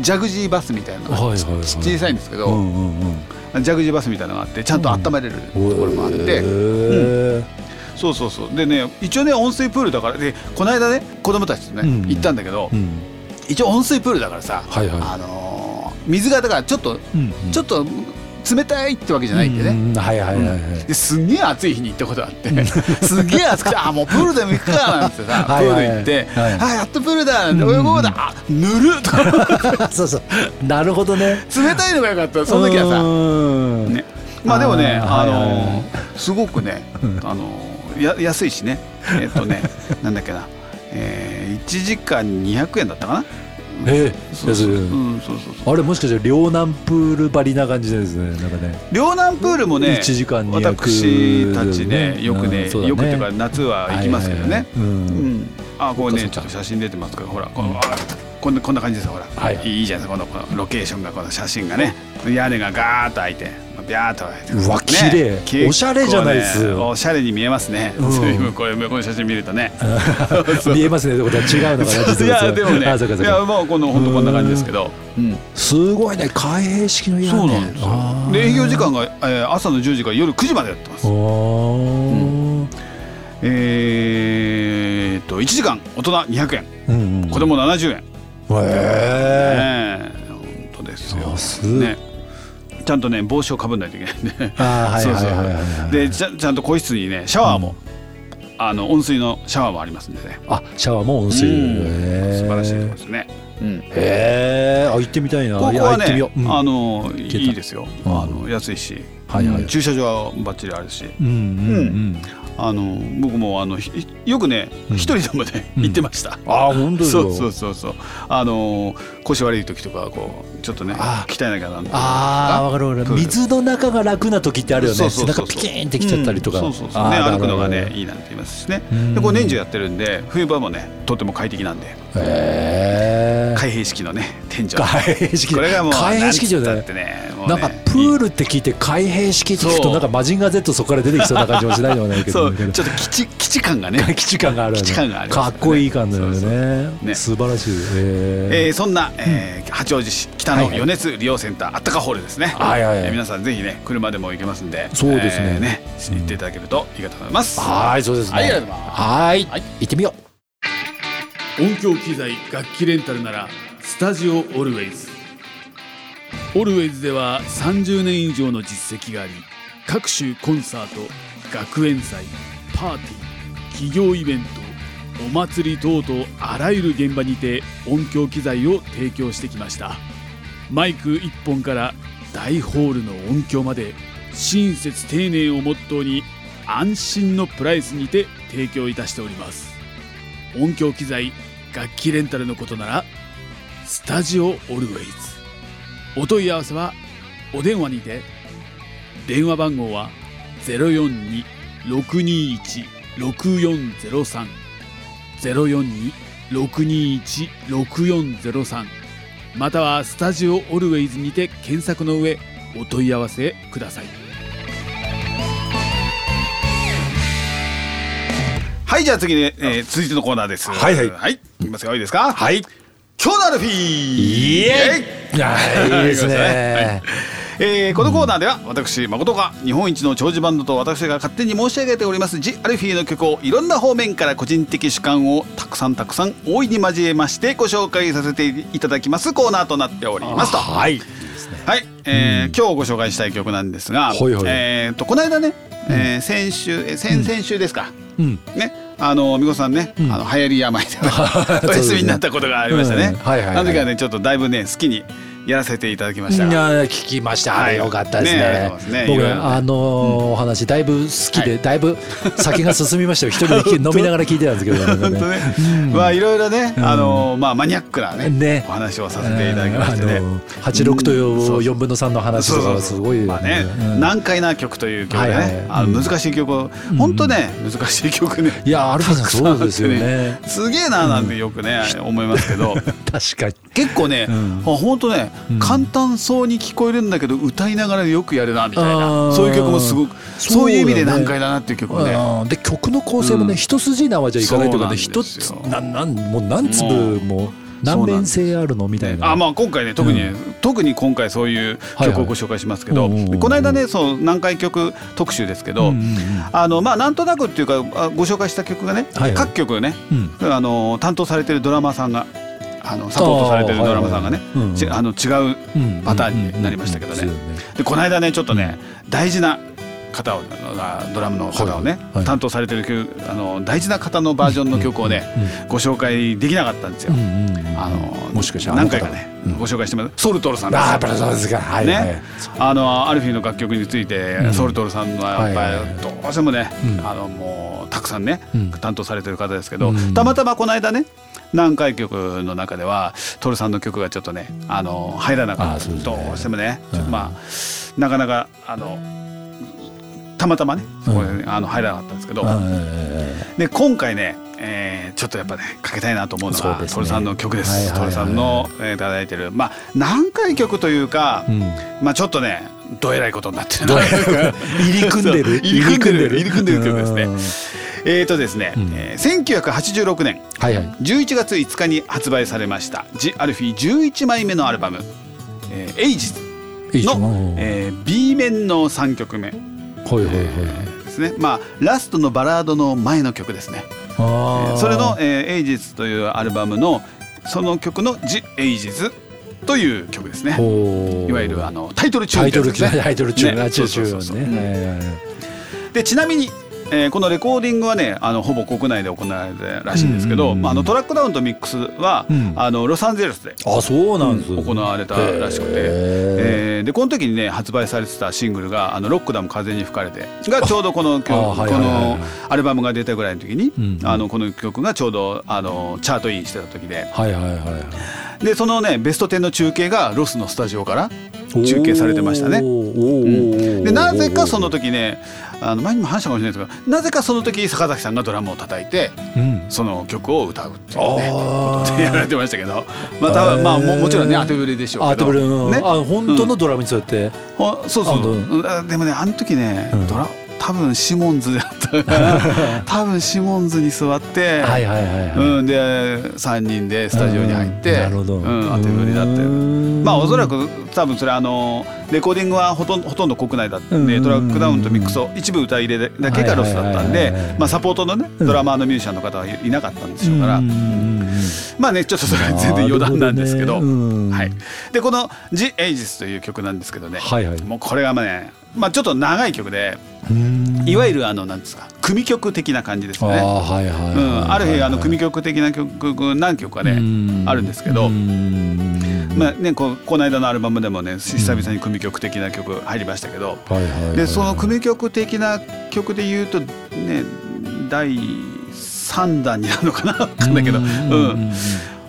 [SPEAKER 1] ジャグジーバスみたいなのが、
[SPEAKER 2] はいはいはい
[SPEAKER 1] ち小さいんですけど、
[SPEAKER 2] うんうんうん
[SPEAKER 1] ジャグジーバスみたいなのがあってちゃんと温まれるところもあって、
[SPEAKER 2] へー
[SPEAKER 1] そうそうそうでね一応ね温水プールだからでこの間ね子供たちとね、
[SPEAKER 2] うん
[SPEAKER 1] 行ったんだけど、
[SPEAKER 2] うん
[SPEAKER 1] 一応温水プールだからさ、
[SPEAKER 2] はいはい
[SPEAKER 1] あのー水がだからちょっと、ちょっと冷たいってわけじゃないんでね、
[SPEAKER 2] うんうんはいはいはいはい
[SPEAKER 1] ですんげえ暑い日に行ったことあって すげえ暑くて「あもうプールでも行くか」なんてさ
[SPEAKER 2] はい
[SPEAKER 1] プ
[SPEAKER 2] はい
[SPEAKER 1] ール行って「
[SPEAKER 2] はい
[SPEAKER 1] あやっとプールだ」なんて泳ごうだ「あぬるっ」と か
[SPEAKER 2] そうそうなるほどね
[SPEAKER 1] 冷たいのがよかったその時はさ、
[SPEAKER 2] は
[SPEAKER 1] ね、まあでもね
[SPEAKER 2] あー
[SPEAKER 1] あ、のー
[SPEAKER 2] はいはいはい
[SPEAKER 1] すごくね、あのーや安いしねえっと ねなんだっけな、えー、1時間200円だったかな
[SPEAKER 2] え
[SPEAKER 1] そうそう,、
[SPEAKER 2] いやそれ
[SPEAKER 1] うん、そうそうそう
[SPEAKER 2] あれもしかして両南プールばりな感じですねなんかね
[SPEAKER 1] 両南プールもね
[SPEAKER 2] 一時間200
[SPEAKER 1] 私たちねよくね,、
[SPEAKER 2] うんそうだね
[SPEAKER 1] よくっていうか夏は行きますけどね、
[SPEAKER 2] はいはいはいうん
[SPEAKER 1] うんあこれね
[SPEAKER 2] そっ
[SPEAKER 1] ちょ
[SPEAKER 2] かそっか
[SPEAKER 1] っと写真出てますからほらこのあこんなこんな感じですよほら、
[SPEAKER 2] はい
[SPEAKER 1] い、いじゃないですかこのこのロケーションがこの写真がね屋根がガーッと開いてビャーッと開いて
[SPEAKER 2] うわ
[SPEAKER 1] ね
[SPEAKER 2] 綺麗
[SPEAKER 1] 結構ね
[SPEAKER 2] おしゃれじゃないですよ
[SPEAKER 1] おしゃれに見えますね、
[SPEAKER 2] うん
[SPEAKER 1] そういうこれこの写真見るとね
[SPEAKER 2] 見えますねってことは違うのかな実 物
[SPEAKER 1] いやでもね
[SPEAKER 2] あそうか
[SPEAKER 1] い
[SPEAKER 2] そう
[SPEAKER 1] や
[SPEAKER 2] か
[SPEAKER 1] もうこの本当こんな感じですけど、うん
[SPEAKER 2] すごいね開閉式の屋根
[SPEAKER 1] そうなんです
[SPEAKER 2] あ
[SPEAKER 1] よ
[SPEAKER 2] ー
[SPEAKER 1] で営業時間が、えー朝の10時から夜9時までやってます
[SPEAKER 2] おー
[SPEAKER 1] えー、っと1時間大人200円
[SPEAKER 2] うんうん
[SPEAKER 1] 子供70円、
[SPEAKER 2] へえ
[SPEAKER 1] ええ本当ですよ
[SPEAKER 2] あす
[SPEAKER 1] ねちゃんとね帽子をかぶんないといけないんで
[SPEAKER 2] あーはい
[SPEAKER 1] そうそう
[SPEAKER 2] はいはいはいはい
[SPEAKER 1] でちゃちゃんと個室にねシャワーも、あの温水のシャワーもありますんでね
[SPEAKER 2] あシャワーも温水
[SPEAKER 1] うん
[SPEAKER 2] へー
[SPEAKER 1] 素晴らしいとこですね、うん
[SPEAKER 2] へえあ行ってみたいな
[SPEAKER 1] ここ
[SPEAKER 2] いや
[SPEAKER 1] は
[SPEAKER 2] 行ってみ
[SPEAKER 1] ね
[SPEAKER 2] よ、ううん
[SPEAKER 1] あの
[SPEAKER 2] た
[SPEAKER 1] いいですよ、
[SPEAKER 2] うん
[SPEAKER 1] あの安いし、
[SPEAKER 2] はいはい
[SPEAKER 1] 駐車場はバッチリあるし
[SPEAKER 2] うんうんうん
[SPEAKER 1] あの僕もあのひよくね
[SPEAKER 2] うん
[SPEAKER 1] 一、人でもね
[SPEAKER 2] うん
[SPEAKER 1] 行ってました、
[SPEAKER 2] あー本当です
[SPEAKER 1] そ
[SPEAKER 2] よ
[SPEAKER 1] うそうそうそうあの腰悪い時とかこうちょっとね
[SPEAKER 2] あー
[SPEAKER 1] 鍛えなきゃなんない
[SPEAKER 2] ああわかるわか
[SPEAKER 1] プー
[SPEAKER 2] る
[SPEAKER 1] ル
[SPEAKER 2] 水の中が楽な時ってあるよ
[SPEAKER 1] そ
[SPEAKER 2] ね
[SPEAKER 1] うそうそうそう
[SPEAKER 2] なんかピキーンってきちゃったりとか、
[SPEAKER 1] うんそうそうそうね
[SPEAKER 2] あー
[SPEAKER 1] 歩くのが
[SPEAKER 2] なる
[SPEAKER 1] ね
[SPEAKER 2] ほど
[SPEAKER 1] いいなんて言いますしね
[SPEAKER 2] うん
[SPEAKER 1] でこれ年中やってるんで冬場もねとても快適なんで
[SPEAKER 2] へえ
[SPEAKER 1] 開閉式のね天井
[SPEAKER 2] 開閉式
[SPEAKER 1] これがもう
[SPEAKER 2] 開閉式じゃな
[SPEAKER 1] ないんつったってねもうね
[SPEAKER 2] なんかプールって聞いて開閉式って聞く
[SPEAKER 1] そ
[SPEAKER 2] と
[SPEAKER 1] う
[SPEAKER 2] なんかマジンガー Z そこから出てきそうな感じもしないではないけ
[SPEAKER 1] そ
[SPEAKER 2] ど
[SPEAKER 1] うちょっと基地基地感がね
[SPEAKER 2] 基地感があるよ
[SPEAKER 1] 基
[SPEAKER 2] ね
[SPEAKER 1] 地感があります
[SPEAKER 2] か
[SPEAKER 1] ね
[SPEAKER 2] っこいい感じだよね
[SPEAKER 1] そううね
[SPEAKER 2] 素晴らしいへ
[SPEAKER 1] えーそんな、えー八王子市北
[SPEAKER 2] は
[SPEAKER 1] の
[SPEAKER 2] いはい
[SPEAKER 1] 余熱利用センターあったかホールですね、
[SPEAKER 2] はいはいはい
[SPEAKER 1] えー皆さんぜひね車でも行けますんで
[SPEAKER 2] そうですね
[SPEAKER 1] えー行っていただけるといいかと思います、
[SPEAKER 2] はいそうですね
[SPEAKER 1] はいありがとうございます
[SPEAKER 2] はい
[SPEAKER 1] はい
[SPEAKER 2] 行ってみよう
[SPEAKER 5] 音響機材楽器レンタルならスタジオオルウェイズオルウェイズでは30年以上の実績があり各種コンサート学園祭パーティー企業イベントお祭り等々あらゆる現場にて音響機材を提供してきましたマイク1本から大ホールの音響まで親切丁寧をモットーに安心のプライスにて提供いたしております音響機材楽器レンタルのことならスタジオオルウェイズお問い合わせはお電話にて電話番号は042-621-6403 042-621-6403またはスタジオオルウェイズにて検索の上お問い合わせください
[SPEAKER 1] はいじゃあ次ね、えー続いてのコーナーです
[SPEAKER 6] はいはい
[SPEAKER 1] はいいきますよいいですか
[SPEAKER 6] はい
[SPEAKER 1] 今日のアルフィーイエ
[SPEAKER 2] いやいいですね。
[SPEAKER 1] えーこのコーナーでは私誠が日本一の長寿バンドと私が勝手に申し上げております「ジ・アルフィー」の曲をいろんな方面から個人的主観をたくさんたくさん大いに交えましてご紹介させていただきますコーナーとなっておりますと。
[SPEAKER 6] はい
[SPEAKER 1] はい、えー今日ご紹介したい曲なんですが、
[SPEAKER 7] ほいほい
[SPEAKER 1] えーとこの間ね、えー先週、えー先々週ですか、
[SPEAKER 7] うん
[SPEAKER 1] ね、あの美子さんね、あの流行り病で お休みになったことがありましたね。
[SPEAKER 7] うんはいはいはい
[SPEAKER 1] あの時はね、ちょっとだいぶね、好きにやらせていただきました
[SPEAKER 2] い
[SPEAKER 1] が。
[SPEAKER 2] や聞きました。あれ
[SPEAKER 1] はい
[SPEAKER 2] よかったです
[SPEAKER 1] ねありが
[SPEAKER 2] ね
[SPEAKER 1] とうございますね。い
[SPEAKER 2] 僕
[SPEAKER 1] ろいろね
[SPEAKER 2] あのーお話だいぶ好きでだいぶ酒が進みましたよ。一人で飲みながら聞いてたんですけど。
[SPEAKER 1] 本当ね、まあいろいろね、あのまあマニアックなね
[SPEAKER 2] ね
[SPEAKER 1] お話をさせていただきましてね。
[SPEAKER 2] あの八六と四分の三の話とかはすごい
[SPEAKER 1] まあね、
[SPEAKER 2] うん
[SPEAKER 1] 難解な曲という曲でね、
[SPEAKER 2] はいはい
[SPEAKER 1] あの難しい曲を、本当ね難しい曲ね
[SPEAKER 2] いやアルファさんそうですよね。
[SPEAKER 1] すげえななんてよくね、思いますけ ど
[SPEAKER 2] 確かに。
[SPEAKER 1] 結構ね、
[SPEAKER 2] ん
[SPEAKER 1] あほんとね、簡単そうに聞こえるんだけど歌いながらよくやるなみたい
[SPEAKER 2] あ
[SPEAKER 1] な
[SPEAKER 2] ー
[SPEAKER 1] そういう曲もすごく
[SPEAKER 2] そう
[SPEAKER 1] そういう意味で
[SPEAKER 2] だね
[SPEAKER 1] 難解だなっていう曲をね
[SPEAKER 2] うんで曲の構成も
[SPEAKER 1] う
[SPEAKER 2] ね、
[SPEAKER 1] ん
[SPEAKER 2] 一筋縄じゃいかないというかね
[SPEAKER 1] そうなん
[SPEAKER 2] 一
[SPEAKER 1] です
[SPEAKER 2] つ
[SPEAKER 1] よ
[SPEAKER 2] なんなんもう何粒も何面性あるのみたいな。
[SPEAKER 1] あまあ今回ね特にね、特に今回そういう
[SPEAKER 2] はい
[SPEAKER 1] 曲
[SPEAKER 2] は
[SPEAKER 1] を
[SPEAKER 2] い
[SPEAKER 1] ご紹介しますけど、
[SPEAKER 2] うんうんうんうん
[SPEAKER 1] この間ねそう難解曲特集ですけど、
[SPEAKER 2] うんうんうん
[SPEAKER 1] あのまあなんとなくっていうかあご紹介した曲がね、
[SPEAKER 2] はいはい
[SPEAKER 1] 各曲ね、
[SPEAKER 2] うん
[SPEAKER 1] あの担当されてるドラマーさんがあのサポートされてるドラマーさんがね
[SPEAKER 2] あーはいはい
[SPEAKER 1] ち
[SPEAKER 2] うん
[SPEAKER 1] あの違う
[SPEAKER 2] うん
[SPEAKER 1] パターンになりましたけどね。
[SPEAKER 2] うんうんうんうんそうよね
[SPEAKER 1] でこの間ねちょっとね大事な方をあドラムの方をね、
[SPEAKER 2] いはい
[SPEAKER 1] 担当されてる曲あの大事な方のバージョンの曲をね、ご紹介できなかったんですよ。
[SPEAKER 2] うんうんうん
[SPEAKER 1] あの
[SPEAKER 2] もしかしたら
[SPEAKER 1] 何
[SPEAKER 2] あの方
[SPEAKER 1] 回かね、ご紹介してもらうソルトルさんです
[SPEAKER 2] あーやっぱりそうですかはいはい
[SPEAKER 1] ねあのアルフィーの楽曲について、ソルトルさんは
[SPEAKER 2] はい
[SPEAKER 1] や
[SPEAKER 2] は
[SPEAKER 1] っ
[SPEAKER 2] い
[SPEAKER 1] ぱりどうしてもね、
[SPEAKER 2] うん
[SPEAKER 1] あのもうたくさんね、
[SPEAKER 2] うん
[SPEAKER 1] 担当されてる方ですけど、
[SPEAKER 2] うん
[SPEAKER 1] たまたまこの間ね何回曲の中ではトルさんの曲がちょっとねあの入らなか
[SPEAKER 2] あー
[SPEAKER 1] った、
[SPEAKER 2] そうです
[SPEAKER 1] ど
[SPEAKER 2] ね
[SPEAKER 1] うしてもね、ちょっと
[SPEAKER 2] うん
[SPEAKER 1] まあなかなかあのたまたまね
[SPEAKER 2] うん
[SPEAKER 1] これねあの入らなかったんですけど、
[SPEAKER 2] うん
[SPEAKER 1] で今回ね、えーちょっとやっぱねかけたいなと思うの
[SPEAKER 2] そう
[SPEAKER 1] が
[SPEAKER 2] ですね
[SPEAKER 1] トルさんの曲です。
[SPEAKER 2] はいはいはい
[SPEAKER 1] トルさんの、えー、いただいてるまあ何回曲というか、
[SPEAKER 2] うん
[SPEAKER 1] まあちょっとねどえらいことになってるな
[SPEAKER 2] 入り組んで
[SPEAKER 1] そう
[SPEAKER 2] る
[SPEAKER 1] 入り組んでる入り組んでる曲です
[SPEAKER 2] うん
[SPEAKER 1] ね。えーとですね、えー1986年
[SPEAKER 2] はいはい
[SPEAKER 1] 11月5日に発売されました「ジ・アルフィー」11枚目のアルバム「えー、エイジズ
[SPEAKER 2] いいじゃん
[SPEAKER 1] の、
[SPEAKER 2] はい
[SPEAKER 1] えー B 面の3曲目
[SPEAKER 2] はいはい
[SPEAKER 1] ですねまあラストのバラードの前の曲ですね。
[SPEAKER 2] あー
[SPEAKER 1] それの「えー、エイジズ」というアルバムのその曲の「ジ・エイジズ」という曲ですね。
[SPEAKER 2] ほう
[SPEAKER 1] いわゆるあのタイトルチューン
[SPEAKER 2] タ
[SPEAKER 1] っ
[SPEAKER 2] イ
[SPEAKER 1] てやつ
[SPEAKER 2] トル
[SPEAKER 1] ですね、
[SPEAKER 2] タイトル中
[SPEAKER 1] ね
[SPEAKER 2] ね
[SPEAKER 1] そう
[SPEAKER 2] 中
[SPEAKER 1] そうそう
[SPEAKER 2] 中
[SPEAKER 1] そう
[SPEAKER 2] ね
[SPEAKER 1] でちなみに、えーこのレコーディングはねあのほぼ国内で行われたらしいんですけ
[SPEAKER 2] うんうん
[SPEAKER 1] ど
[SPEAKER 2] うんうん
[SPEAKER 1] まああのトラックダウンとミックスは、
[SPEAKER 2] うん
[SPEAKER 1] あのロサンゼルスで
[SPEAKER 2] あそうなんです
[SPEAKER 1] 行われたらしくて、
[SPEAKER 2] へ
[SPEAKER 1] えーでこの時にね発売されてたシングルが「あのロックダム風に吹かれて」がちょうどこの曲こ
[SPEAKER 2] あはいはいはいはい
[SPEAKER 1] のアルバムが出たぐらいの時に、
[SPEAKER 2] うんうん
[SPEAKER 1] あのこの曲がちょうどあのチャートインしてた時で
[SPEAKER 2] はいはいはいはい
[SPEAKER 1] でそのねベスト10の中継がロスのスタジオから中継されてましたね。で
[SPEAKER 2] で
[SPEAKER 1] なぜかその時ねあの前にも話したかもしれないですけどなぜかその時坂崎さんがドラムを叩いて
[SPEAKER 2] うん
[SPEAKER 1] その曲を歌うっていうね
[SPEAKER 2] あ
[SPEAKER 1] こと
[SPEAKER 2] ー
[SPEAKER 1] でやられてましたけどまた
[SPEAKER 2] へー
[SPEAKER 1] まあももちろんねアテブレでしょうけど
[SPEAKER 2] あでもうん
[SPEAKER 1] ね
[SPEAKER 2] あ本当のドラムにそうやって
[SPEAKER 1] ほそうそう
[SPEAKER 2] あどう
[SPEAKER 1] うんでもねあの時ね、
[SPEAKER 2] うん
[SPEAKER 1] ドラ多分シモンズだったから 多分シモンズに座って、
[SPEAKER 2] はいはいはいはい
[SPEAKER 1] うん、で3人でスタジオに入って、
[SPEAKER 2] うんなるほど
[SPEAKER 1] うんアテブレだったよねまあおそら
[SPEAKER 2] く
[SPEAKER 1] く多分それあのレコーディングはほとんどほとんど国内だったんで
[SPEAKER 2] うん
[SPEAKER 1] トラックダウンとミックスを一部歌入れだけがロスだったん
[SPEAKER 2] はいは
[SPEAKER 1] で
[SPEAKER 2] いはいはいはい
[SPEAKER 1] まあサポートのねドラマーのミュージシャンの方はいいなかったんでしょうからまあねちょっとそれは 全然余談なんですけどはいでこの「ジ・エイジス」という曲なんですけどね
[SPEAKER 2] はいはい
[SPEAKER 1] もうこれがまあねまあちょっと長い曲でいわゆるあのなんですか組曲的な感じです
[SPEAKER 2] あ
[SPEAKER 1] よね。
[SPEAKER 2] あはいはいはい
[SPEAKER 1] うん、ある日あの組曲的な曲何曲かねあるんですけど
[SPEAKER 2] うん
[SPEAKER 1] まあね、こうこの間のアルバムでもね久々に組曲的な曲入りましたけど、
[SPEAKER 2] はいはいはいはい
[SPEAKER 1] でその組曲的な曲で言うとね第3弾になるのかな わかんないけどうん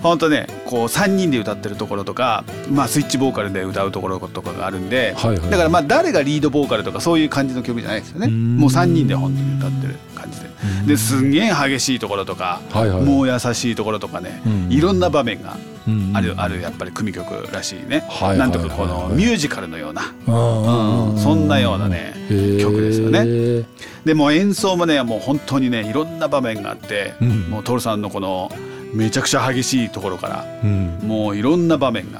[SPEAKER 1] 本当ねこう3人で歌ってるところとか、まあ、スイッチボーカルで歌うところとかがあるんで、
[SPEAKER 2] はいはい
[SPEAKER 1] だからまあ誰がリードボーカルとかそういう感じの曲じゃないですよね
[SPEAKER 2] うん
[SPEAKER 1] もう3人で本当に歌ってる感じでですんげえ激しいところとか、
[SPEAKER 2] はいはい
[SPEAKER 1] もう優しいところとかね、
[SPEAKER 2] うん
[SPEAKER 1] いろんな場面が
[SPEAKER 2] うん
[SPEAKER 1] あるあるやっぱり組曲らしいね、
[SPEAKER 2] はいはいはいはい
[SPEAKER 1] なんとかこのミュージカルのような、
[SPEAKER 2] うん
[SPEAKER 1] うんそんなようなね
[SPEAKER 2] へー
[SPEAKER 1] 曲ですよね。でもう演奏もねもう本当にねいろんな場面があって、
[SPEAKER 2] うん
[SPEAKER 1] もう徹さんのこのめちゃくちゃ激しいところから
[SPEAKER 2] うん
[SPEAKER 1] もういろんな場面が、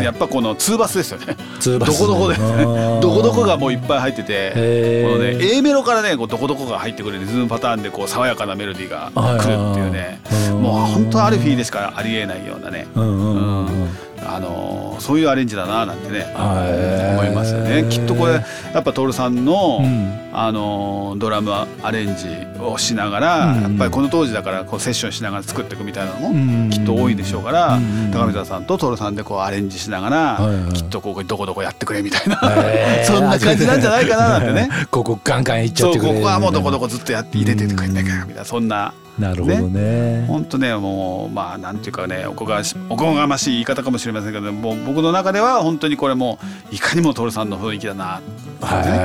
[SPEAKER 1] ね、
[SPEAKER 2] え
[SPEAKER 1] やっぱこのツーバスですよね。
[SPEAKER 2] ど
[SPEAKER 1] どこどこで どこどこがもういっぱい入ってて、
[SPEAKER 2] へー
[SPEAKER 1] このね A メロからねこうどこどこが入ってくるリズムパターンでこう爽やかなメロディーが来るっていうね
[SPEAKER 2] はいはい
[SPEAKER 1] もう本当アルフィーでしかありえないようなね、
[SPEAKER 2] うんうんうんうん
[SPEAKER 1] あのーそういうアレンジだななんてね
[SPEAKER 2] はい
[SPEAKER 1] 思いますよねきっとこれやっぱ徹さんの、
[SPEAKER 2] うん
[SPEAKER 1] あのードラムアレンジをしながら、
[SPEAKER 2] うん
[SPEAKER 1] やっぱりこの当時だからこうセッションしながら作っていくみたいなの
[SPEAKER 2] うん
[SPEAKER 1] もきっと多いでしょうから、
[SPEAKER 2] うん
[SPEAKER 1] 高見沢さんと徹さんでこうアレンジしながら、
[SPEAKER 2] はいはい
[SPEAKER 1] きっとここどこどこやってくれみたいな、
[SPEAKER 2] へー
[SPEAKER 1] そんな感じなんじゃないかななんて ね
[SPEAKER 2] ここガンガンいっちゃ
[SPEAKER 1] そ
[SPEAKER 2] っ
[SPEAKER 1] う
[SPEAKER 2] てく
[SPEAKER 1] こ
[SPEAKER 2] れ
[SPEAKER 1] こはもうどこど
[SPEAKER 2] こ
[SPEAKER 1] こずっとやって入れててくれないかみたいなそんな。
[SPEAKER 2] なるほどね
[SPEAKER 1] 本当ねもうまあなんていうかねおこがしおこがましい言い方かもしれませんけどもう僕の中では本当にこれもういかにも徹さんの雰囲気だな本
[SPEAKER 2] 本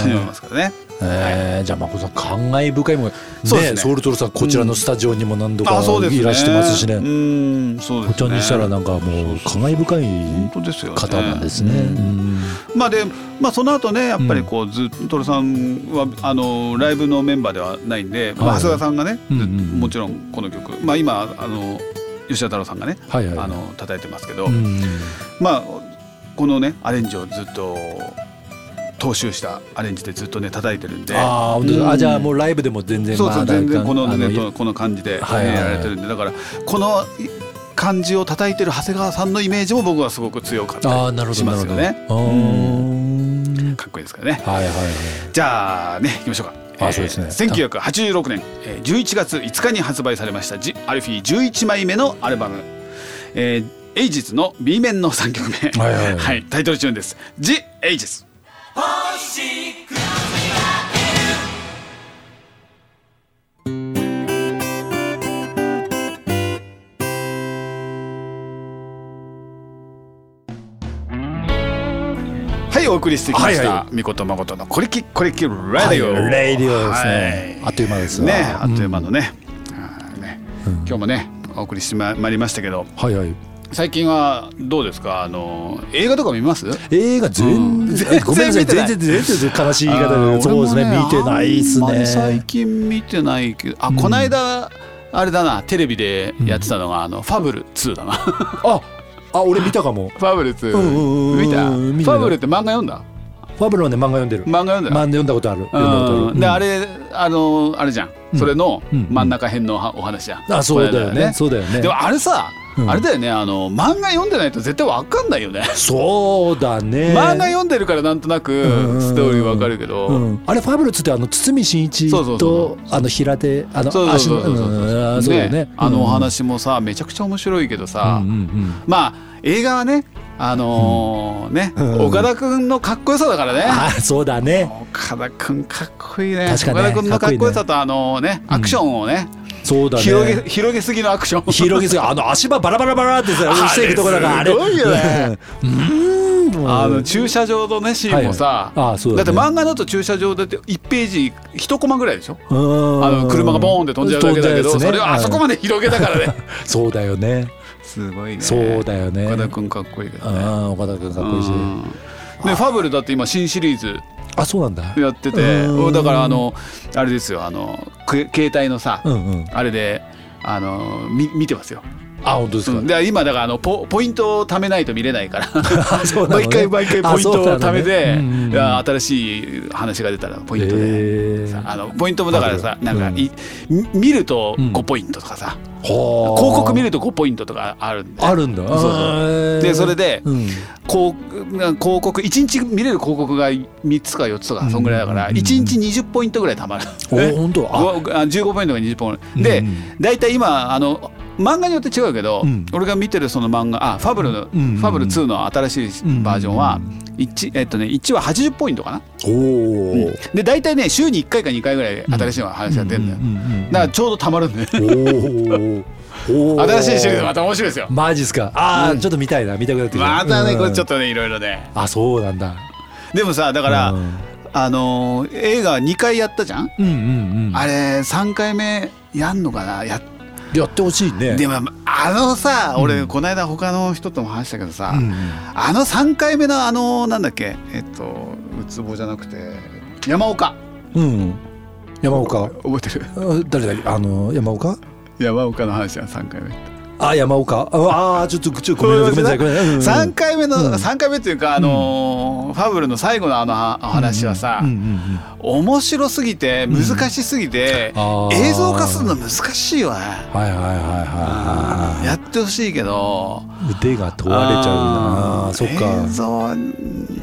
[SPEAKER 1] 当に思いますからね。
[SPEAKER 2] えー、じゃあまこさん感慨深いもんね
[SPEAKER 1] そうですね
[SPEAKER 2] ソウルトルさんこちらのスタジオにも何度か
[SPEAKER 1] あそうですね。
[SPEAKER 2] いらしてますしね
[SPEAKER 1] うんそう
[SPEAKER 2] お
[SPEAKER 1] です
[SPEAKER 2] 茶
[SPEAKER 1] ね。
[SPEAKER 2] にしたらなんかもう感慨深い
[SPEAKER 1] 本当ですよ、ね。
[SPEAKER 2] 方なんですね。うん
[SPEAKER 1] まあでまあその後ねやっぱりこうずっと徹さんはあのライブのメンバーではないんで、ま
[SPEAKER 2] は
[SPEAKER 1] あ
[SPEAKER 2] い
[SPEAKER 1] 長谷川さんがね、
[SPEAKER 2] うんうんうん
[SPEAKER 1] もちろんこの曲まあ今あの吉田太郎さんがね、
[SPEAKER 2] はいはい
[SPEAKER 1] あの叩いてますけど、
[SPEAKER 2] うん
[SPEAKER 1] まあこのねアレンジをずっと踏襲したアレンジでずっとね叩いてるんで
[SPEAKER 2] あー本当だあじゃあもうライブでも全然
[SPEAKER 1] そうそう
[SPEAKER 2] まあ
[SPEAKER 1] 全然この
[SPEAKER 2] あ
[SPEAKER 1] ね
[SPEAKER 2] の
[SPEAKER 1] とこの感じで、ね
[SPEAKER 2] はいはいはい
[SPEAKER 1] やられてるんでだからこの感じを叩いてる長谷川さんのイメージも僕はすごく強かっ
[SPEAKER 2] あー
[SPEAKER 1] た
[SPEAKER 2] なる
[SPEAKER 1] り
[SPEAKER 2] ほ
[SPEAKER 1] し
[SPEAKER 2] どな
[SPEAKER 1] ま
[SPEAKER 2] るほ
[SPEAKER 1] す
[SPEAKER 2] ど
[SPEAKER 1] よね。
[SPEAKER 2] あー
[SPEAKER 1] かっこいいですからね。
[SPEAKER 2] はいはいはい
[SPEAKER 1] じゃあね行きましょうか。
[SPEAKER 2] あそうですね
[SPEAKER 1] えー1986年えー11月5日に発売されましたジアルフィー11枚目のアルバム。えーエイジズの B 面の3曲目、
[SPEAKER 2] はいはいはい
[SPEAKER 1] タイトルチューンです「ジ・エイジズ」はいお送りしてきました「
[SPEAKER 2] はいは
[SPEAKER 1] みことまことのこれきこれきラディオ」
[SPEAKER 2] はいレイディオですね
[SPEAKER 1] はい
[SPEAKER 2] あっという間ですわ
[SPEAKER 1] ねあっという間のね,、あーね今日もねお送りしてまいりましたけど
[SPEAKER 2] はいはい
[SPEAKER 1] 最近はどうですかあの映画とか見ます
[SPEAKER 2] 映画全
[SPEAKER 1] うん
[SPEAKER 2] 然ごめんなさい
[SPEAKER 1] 全然見てな
[SPEAKER 2] 全
[SPEAKER 1] い
[SPEAKER 2] 然全然悲しい言い
[SPEAKER 1] あー
[SPEAKER 2] 方でそうですね
[SPEAKER 1] 俺も
[SPEAKER 2] 見てないです
[SPEAKER 1] あんまり最
[SPEAKER 2] ね
[SPEAKER 1] 近見てないけどあこの間、あれだなテレビでやってたのが、あのファブル2だな フ
[SPEAKER 2] ああ俺見たかも
[SPEAKER 1] ァブル2、
[SPEAKER 2] うんうんうん
[SPEAKER 1] 見た
[SPEAKER 2] 見てない
[SPEAKER 1] ファブルって漫画読んだ
[SPEAKER 2] ファブルはね漫画読んでる漫
[SPEAKER 1] 漫画読んだ
[SPEAKER 2] 画読んだことある読んだことあ
[SPEAKER 1] う
[SPEAKER 2] る
[SPEAKER 1] ん、であれあのあれじゃん、それの
[SPEAKER 2] うん
[SPEAKER 1] 真ん中辺のお話じゃん、
[SPEAKER 2] あそうだよ
[SPEAKER 1] この間
[SPEAKER 2] ねそうだよね
[SPEAKER 1] でもあれさ、
[SPEAKER 2] うん
[SPEAKER 1] あれだよねあの漫画読んでないと絶対わかんないよね、
[SPEAKER 2] そうだね
[SPEAKER 1] 漫画読んでるからなんとなく
[SPEAKER 2] うん
[SPEAKER 1] ストーリーわかるけど、
[SPEAKER 2] うん、あれファブルツってあの堤真一
[SPEAKER 1] そうそうそ
[SPEAKER 2] とあの平手あの
[SPEAKER 1] そうそう
[SPEAKER 2] 足
[SPEAKER 1] そ
[SPEAKER 2] の
[SPEAKER 1] うそうそう
[SPEAKER 2] うんあそうだよね
[SPEAKER 1] あのお
[SPEAKER 2] うん
[SPEAKER 1] 話もさめちゃくちゃ面白いけどさ、
[SPEAKER 2] うんうん
[SPEAKER 1] まあ映画はねあのーね、
[SPEAKER 2] うん
[SPEAKER 1] 岡田君のかっこよさだからね、
[SPEAKER 2] あそうだね
[SPEAKER 1] 岡田君かっこいいね
[SPEAKER 2] 確か
[SPEAKER 1] 岡
[SPEAKER 2] ね
[SPEAKER 1] 田君のかっこよさとあのねアクションをね、
[SPEAKER 2] そうだね
[SPEAKER 1] 広げ広げすぎのアクション
[SPEAKER 2] 広げすぎあの足場バラバラバラってさ
[SPEAKER 1] あれ
[SPEAKER 2] していくところがあれ
[SPEAKER 1] すごいよね
[SPEAKER 2] うーん
[SPEAKER 1] あの駐車場のねシーンもさ、
[SPEAKER 2] はいはいあそう
[SPEAKER 1] だ
[SPEAKER 2] だ
[SPEAKER 1] って
[SPEAKER 2] ね
[SPEAKER 1] 漫画だと駐車場だって1ページ1コマぐらいでしょ
[SPEAKER 2] うん
[SPEAKER 1] あの車がボーンって飛んじゃうだけだけど、
[SPEAKER 2] 飛んじ
[SPEAKER 1] そ
[SPEAKER 2] ゃ
[SPEAKER 1] うれ
[SPEAKER 2] やつね
[SPEAKER 1] をあそこまで広げたからね
[SPEAKER 2] うんそうだよね
[SPEAKER 1] すごいね
[SPEAKER 2] そうだよね
[SPEAKER 1] 岡田君かっこいいけどね
[SPEAKER 2] あ岡田君かっこいいし
[SPEAKER 1] うんでファブルだって今新シリーズ
[SPEAKER 2] あそうなんだ
[SPEAKER 1] やってて
[SPEAKER 2] うん
[SPEAKER 1] だからあのあれですよあのく携帯のさ、
[SPEAKER 2] うんうん
[SPEAKER 1] あれであのみ見てますよ、
[SPEAKER 2] あ本当です
[SPEAKER 1] う
[SPEAKER 2] か
[SPEAKER 1] ん、で今だからあのポポイントを貯めないと見れないから
[SPEAKER 2] あそう なのね
[SPEAKER 1] 毎回毎回ポイントを貯めて、
[SPEAKER 2] あそうなのねうんうん
[SPEAKER 1] いや新しい話が出たらポイントで。
[SPEAKER 2] へー
[SPEAKER 1] あのポイントもだからさなんかい、み見ると5ポイントとかさ、
[SPEAKER 2] 広
[SPEAKER 1] 広告見ると5ポイントとかあるんで
[SPEAKER 2] あるんだ
[SPEAKER 1] そうそうでそれで、
[SPEAKER 2] うん
[SPEAKER 1] こうな広告1日見れる広告が3つか4つとかそんぐらいだから、
[SPEAKER 2] うん
[SPEAKER 1] 1日20ポイントぐらいたまる
[SPEAKER 2] お本当あ
[SPEAKER 1] ごあ15ポイントが20ポイントで、
[SPEAKER 2] うん
[SPEAKER 1] だいたい今あの漫画によって違うけど、
[SPEAKER 2] うん
[SPEAKER 1] 俺が見てるその漫画あファブルの、
[SPEAKER 2] ん
[SPEAKER 1] ファブル2の新しいバージョンは、1えっとね1は80ポイントかな
[SPEAKER 2] おおー、
[SPEAKER 1] で大体ね週に1回か2回ぐらい新しいの話が出るんだよ、
[SPEAKER 2] うんうん
[SPEAKER 1] だからちょうどたまるんで、
[SPEAKER 2] うんおお
[SPEAKER 1] 新しいシリーズ
[SPEAKER 2] ー
[SPEAKER 1] また面白いですよ
[SPEAKER 2] マジっすかああ、ちょっと見たいな見たくなってきた
[SPEAKER 1] またねこれちょっ
[SPEAKER 2] と
[SPEAKER 1] とねいろいろね
[SPEAKER 2] あそうなんだ
[SPEAKER 1] でもさだから、
[SPEAKER 2] うん
[SPEAKER 1] あのー映画2回やったじゃん、
[SPEAKER 2] うんうんうん
[SPEAKER 1] あれ3回目やんのかなやっ
[SPEAKER 2] やってほしいね
[SPEAKER 1] でもあのさ俺この間他の人とも話したけどさ、
[SPEAKER 2] うんうん
[SPEAKER 1] あの3回目のあのなんだっけえっとウツボじゃなくて山岡
[SPEAKER 2] うんうん山岡あ
[SPEAKER 1] 覚えてる
[SPEAKER 2] 誰だっけあの山岡
[SPEAKER 1] 山岡の話や3回目
[SPEAKER 2] あ山岡ああちょっとちょっとごめんなさいごめんなさいごめんなさいうんうん
[SPEAKER 1] 3回目
[SPEAKER 2] う
[SPEAKER 1] の
[SPEAKER 2] ん
[SPEAKER 1] 三回目っていうかあのーファブルの最後のあのはお話はさ
[SPEAKER 2] うんうんうん
[SPEAKER 1] 面白すぎて難しすぎて
[SPEAKER 2] あー
[SPEAKER 1] 映像化するの難しいわ
[SPEAKER 2] はいはいはいはい
[SPEAKER 1] や
[SPEAKER 2] は
[SPEAKER 1] ってほしいけど
[SPEAKER 2] い腕が問われちゃう
[SPEAKER 1] あ
[SPEAKER 2] な
[SPEAKER 1] ー
[SPEAKER 2] そっか
[SPEAKER 1] 映像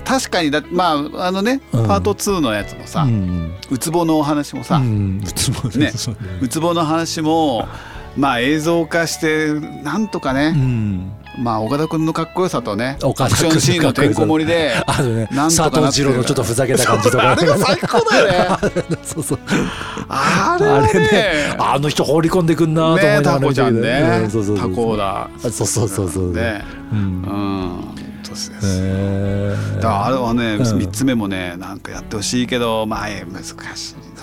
[SPEAKER 1] 確かにだまああのね
[SPEAKER 2] うん
[SPEAKER 1] パート2のやつもさ、
[SPEAKER 2] う
[SPEAKER 1] うんつぼのお話もさ、
[SPEAKER 2] う
[SPEAKER 1] うん
[SPEAKER 2] うつぼ
[SPEAKER 1] ね
[SPEAKER 2] そうね
[SPEAKER 1] つぼの話もまあ映像化してなんとか
[SPEAKER 2] う
[SPEAKER 1] ね、
[SPEAKER 2] ん
[SPEAKER 1] まあ岡田君のかっこよさとねア
[SPEAKER 2] 岡
[SPEAKER 1] ク
[SPEAKER 2] 田
[SPEAKER 1] シ
[SPEAKER 2] 君
[SPEAKER 1] ョ
[SPEAKER 2] の
[SPEAKER 1] ンシーンのてんこ盛りで
[SPEAKER 2] あのね
[SPEAKER 1] なんとかなってる
[SPEAKER 2] 佐藤二郎のちょっとふざけた感じとか
[SPEAKER 1] あれが最高だよね
[SPEAKER 2] そうそう
[SPEAKER 1] あれ
[SPEAKER 2] あ
[SPEAKER 1] はね
[SPEAKER 2] れねあの人放り込んでくんなと思いな
[SPEAKER 1] ね
[SPEAKER 2] が
[SPEAKER 1] タ
[SPEAKER 2] ら見
[SPEAKER 1] コ
[SPEAKER 2] て
[SPEAKER 1] ち
[SPEAKER 2] た
[SPEAKER 1] ゃ
[SPEAKER 2] け
[SPEAKER 1] ん
[SPEAKER 2] ど
[SPEAKER 1] ね
[SPEAKER 2] うんそうそうそ
[SPEAKER 1] タ
[SPEAKER 2] う
[SPEAKER 1] コだ
[SPEAKER 2] あそうそうそうそう
[SPEAKER 1] ね
[SPEAKER 2] うん
[SPEAKER 1] うん本当です
[SPEAKER 2] へー
[SPEAKER 1] だからあれはね、
[SPEAKER 2] うん
[SPEAKER 1] 三つ目もねなんかやってほしいけどまあえ難しいそう
[SPEAKER 2] で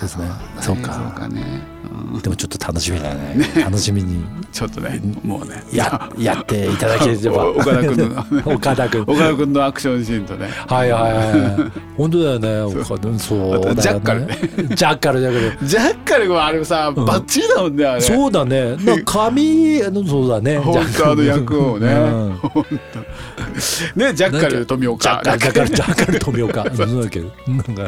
[SPEAKER 2] すねそうか
[SPEAKER 1] ね、うん
[SPEAKER 2] でもちょっと楽しみだね楽しみに
[SPEAKER 1] ちょっとねもうね
[SPEAKER 2] ややっていただければ
[SPEAKER 1] 岡田君の
[SPEAKER 2] 岡田君
[SPEAKER 1] 岡田君のアクションシーンとね
[SPEAKER 2] はいはいはい。本当だよね。そうそうだよね
[SPEAKER 1] ジャッカルね
[SPEAKER 2] ジャッカ ルジャッカ
[SPEAKER 1] ジャッカル君はあれさ、バッチリだもんねあれ
[SPEAKER 2] ル。そうだね。な髪あのそうだね。
[SPEAKER 1] 本当あの役をね、
[SPEAKER 2] うん
[SPEAKER 1] 本当ねジャッカル富
[SPEAKER 2] ジャ
[SPEAKER 1] 岡
[SPEAKER 2] ッカルジャッカルジャッカル富 岡。そうだっけど。なんか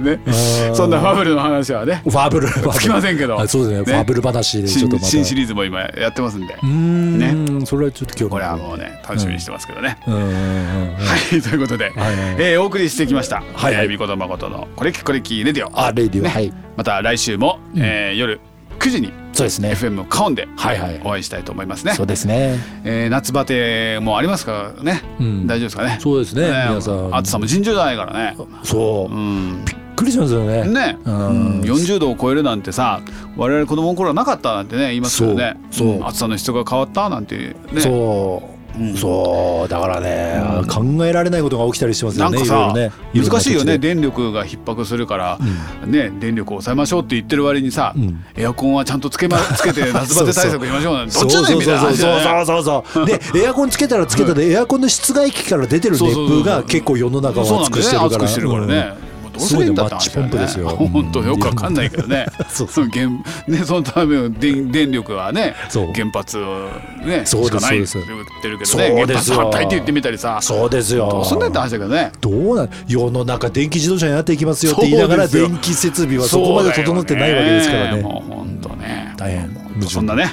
[SPEAKER 1] ね
[SPEAKER 2] うん
[SPEAKER 1] そんなファブルの話はね
[SPEAKER 2] ファブルファブル
[SPEAKER 1] つきませんけど
[SPEAKER 2] あそうです
[SPEAKER 1] ね
[SPEAKER 2] ね。ファブル話でちょっ
[SPEAKER 1] 新
[SPEAKER 2] とまた。
[SPEAKER 1] 新シリーズも今やってますんで
[SPEAKER 2] うーん。それはちょっと今日
[SPEAKER 1] これはもうね楽しみにしてますけどね、
[SPEAKER 2] うんうんうん。
[SPEAKER 1] はい、ということで、
[SPEAKER 2] はいはい
[SPEAKER 1] えーお送りしてきました「
[SPEAKER 2] はいはい
[SPEAKER 1] えーみことまことのこれきこれきレディオ」
[SPEAKER 2] あレディオはい。
[SPEAKER 1] また来週も、えー夜9時に
[SPEAKER 2] そうですね。
[SPEAKER 1] FM カオンで
[SPEAKER 2] はいはい
[SPEAKER 1] お会いしたいと思いますね、
[SPEAKER 2] そうですね。
[SPEAKER 1] えー夏バテもありますからね、
[SPEAKER 2] うん
[SPEAKER 1] 大丈夫ですかね
[SPEAKER 2] そうですね皆さん
[SPEAKER 1] 暑さも尋常じゃないからね
[SPEAKER 2] そうう。
[SPEAKER 1] ん
[SPEAKER 2] びっくりしますよね。
[SPEAKER 1] ね、う
[SPEAKER 2] うん
[SPEAKER 1] ん、40度を超えるなんてさ我々子供の頃はなかったなんてね言いますよね
[SPEAKER 2] そうそうん
[SPEAKER 1] 暑さの質が変わったなんてね
[SPEAKER 2] そう、そうだからね、考えられないことが起きたりしてます
[SPEAKER 1] な
[SPEAKER 2] よ
[SPEAKER 1] ん
[SPEAKER 2] ね
[SPEAKER 1] かさ、
[SPEAKER 2] いろいろね
[SPEAKER 1] 難しいよね
[SPEAKER 2] ろんな
[SPEAKER 1] 電力が逼迫するから、ね電力を抑えましょうって言ってる割にさ、エアコンはちゃんとつけ,、 ま、つけて夏バテ対策しましょうなんてど
[SPEAKER 2] 土
[SPEAKER 1] っち
[SPEAKER 2] 地
[SPEAKER 1] だ
[SPEAKER 2] で
[SPEAKER 1] ねみたいな
[SPEAKER 2] そうそう
[SPEAKER 1] 話
[SPEAKER 2] そう
[SPEAKER 1] だ
[SPEAKER 2] そ
[SPEAKER 1] よね。
[SPEAKER 2] うそうそう そうでエアコンつけたらつけたでエアコンの室外機から出てる熱風が結構世の中
[SPEAKER 1] そう
[SPEAKER 2] を
[SPEAKER 1] な
[SPEAKER 2] 熱
[SPEAKER 1] んだ
[SPEAKER 2] くし
[SPEAKER 1] よね
[SPEAKER 2] てるから
[SPEAKER 1] 暑くしてるからね。もうどうすればいいんだって話だよね
[SPEAKER 2] すごいねマッチポンプですよ
[SPEAKER 1] 本当よくわかんないけどね。
[SPEAKER 2] そう
[SPEAKER 1] その原 ねそのための電電力はね
[SPEAKER 2] そう
[SPEAKER 1] 原発をね
[SPEAKER 2] そう
[SPEAKER 1] し
[SPEAKER 2] で
[SPEAKER 1] か
[SPEAKER 2] す
[SPEAKER 1] ないって
[SPEAKER 2] そう
[SPEAKER 1] 言
[SPEAKER 2] です
[SPEAKER 1] ってるけど
[SPEAKER 2] そ
[SPEAKER 1] ね
[SPEAKER 2] うで
[SPEAKER 1] 原発
[SPEAKER 2] すよ
[SPEAKER 1] 反対って言ってみたりさ
[SPEAKER 2] そうです
[SPEAKER 1] ど
[SPEAKER 2] よ
[SPEAKER 1] うすんだって話だけどね。
[SPEAKER 2] どうなん世の中電気自動車になっていきますよって言いながら
[SPEAKER 1] そうですよ
[SPEAKER 2] 電気設備はそこまで整ってないわけですから
[SPEAKER 1] そうだよ
[SPEAKER 2] ね
[SPEAKER 1] もう本当ね。
[SPEAKER 2] 大変
[SPEAKER 1] そんなね、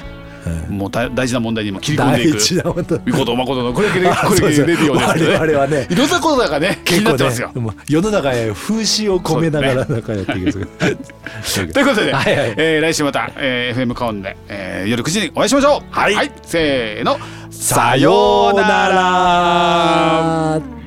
[SPEAKER 1] もう大大事な問題にも切り込んでい
[SPEAKER 2] 大
[SPEAKER 1] く。
[SPEAKER 2] 事なこと
[SPEAKER 1] みことまことのこれこれ
[SPEAKER 2] あ
[SPEAKER 1] こ
[SPEAKER 2] そう
[SPEAKER 1] れ
[SPEAKER 2] です
[SPEAKER 1] レディオですけどね。
[SPEAKER 2] 我々はね
[SPEAKER 1] いろんなことだからね、気に
[SPEAKER 2] 結
[SPEAKER 1] な
[SPEAKER 2] 構
[SPEAKER 1] ってますよ。
[SPEAKER 2] ねもう世の中へ風刺を込めながらなんかやっていくんですけど
[SPEAKER 1] ということで、
[SPEAKER 2] はいはい
[SPEAKER 1] えー来週また、えー FM カオンで、えー夜9時にお会いしましょう。はい、せーの、
[SPEAKER 2] さようなら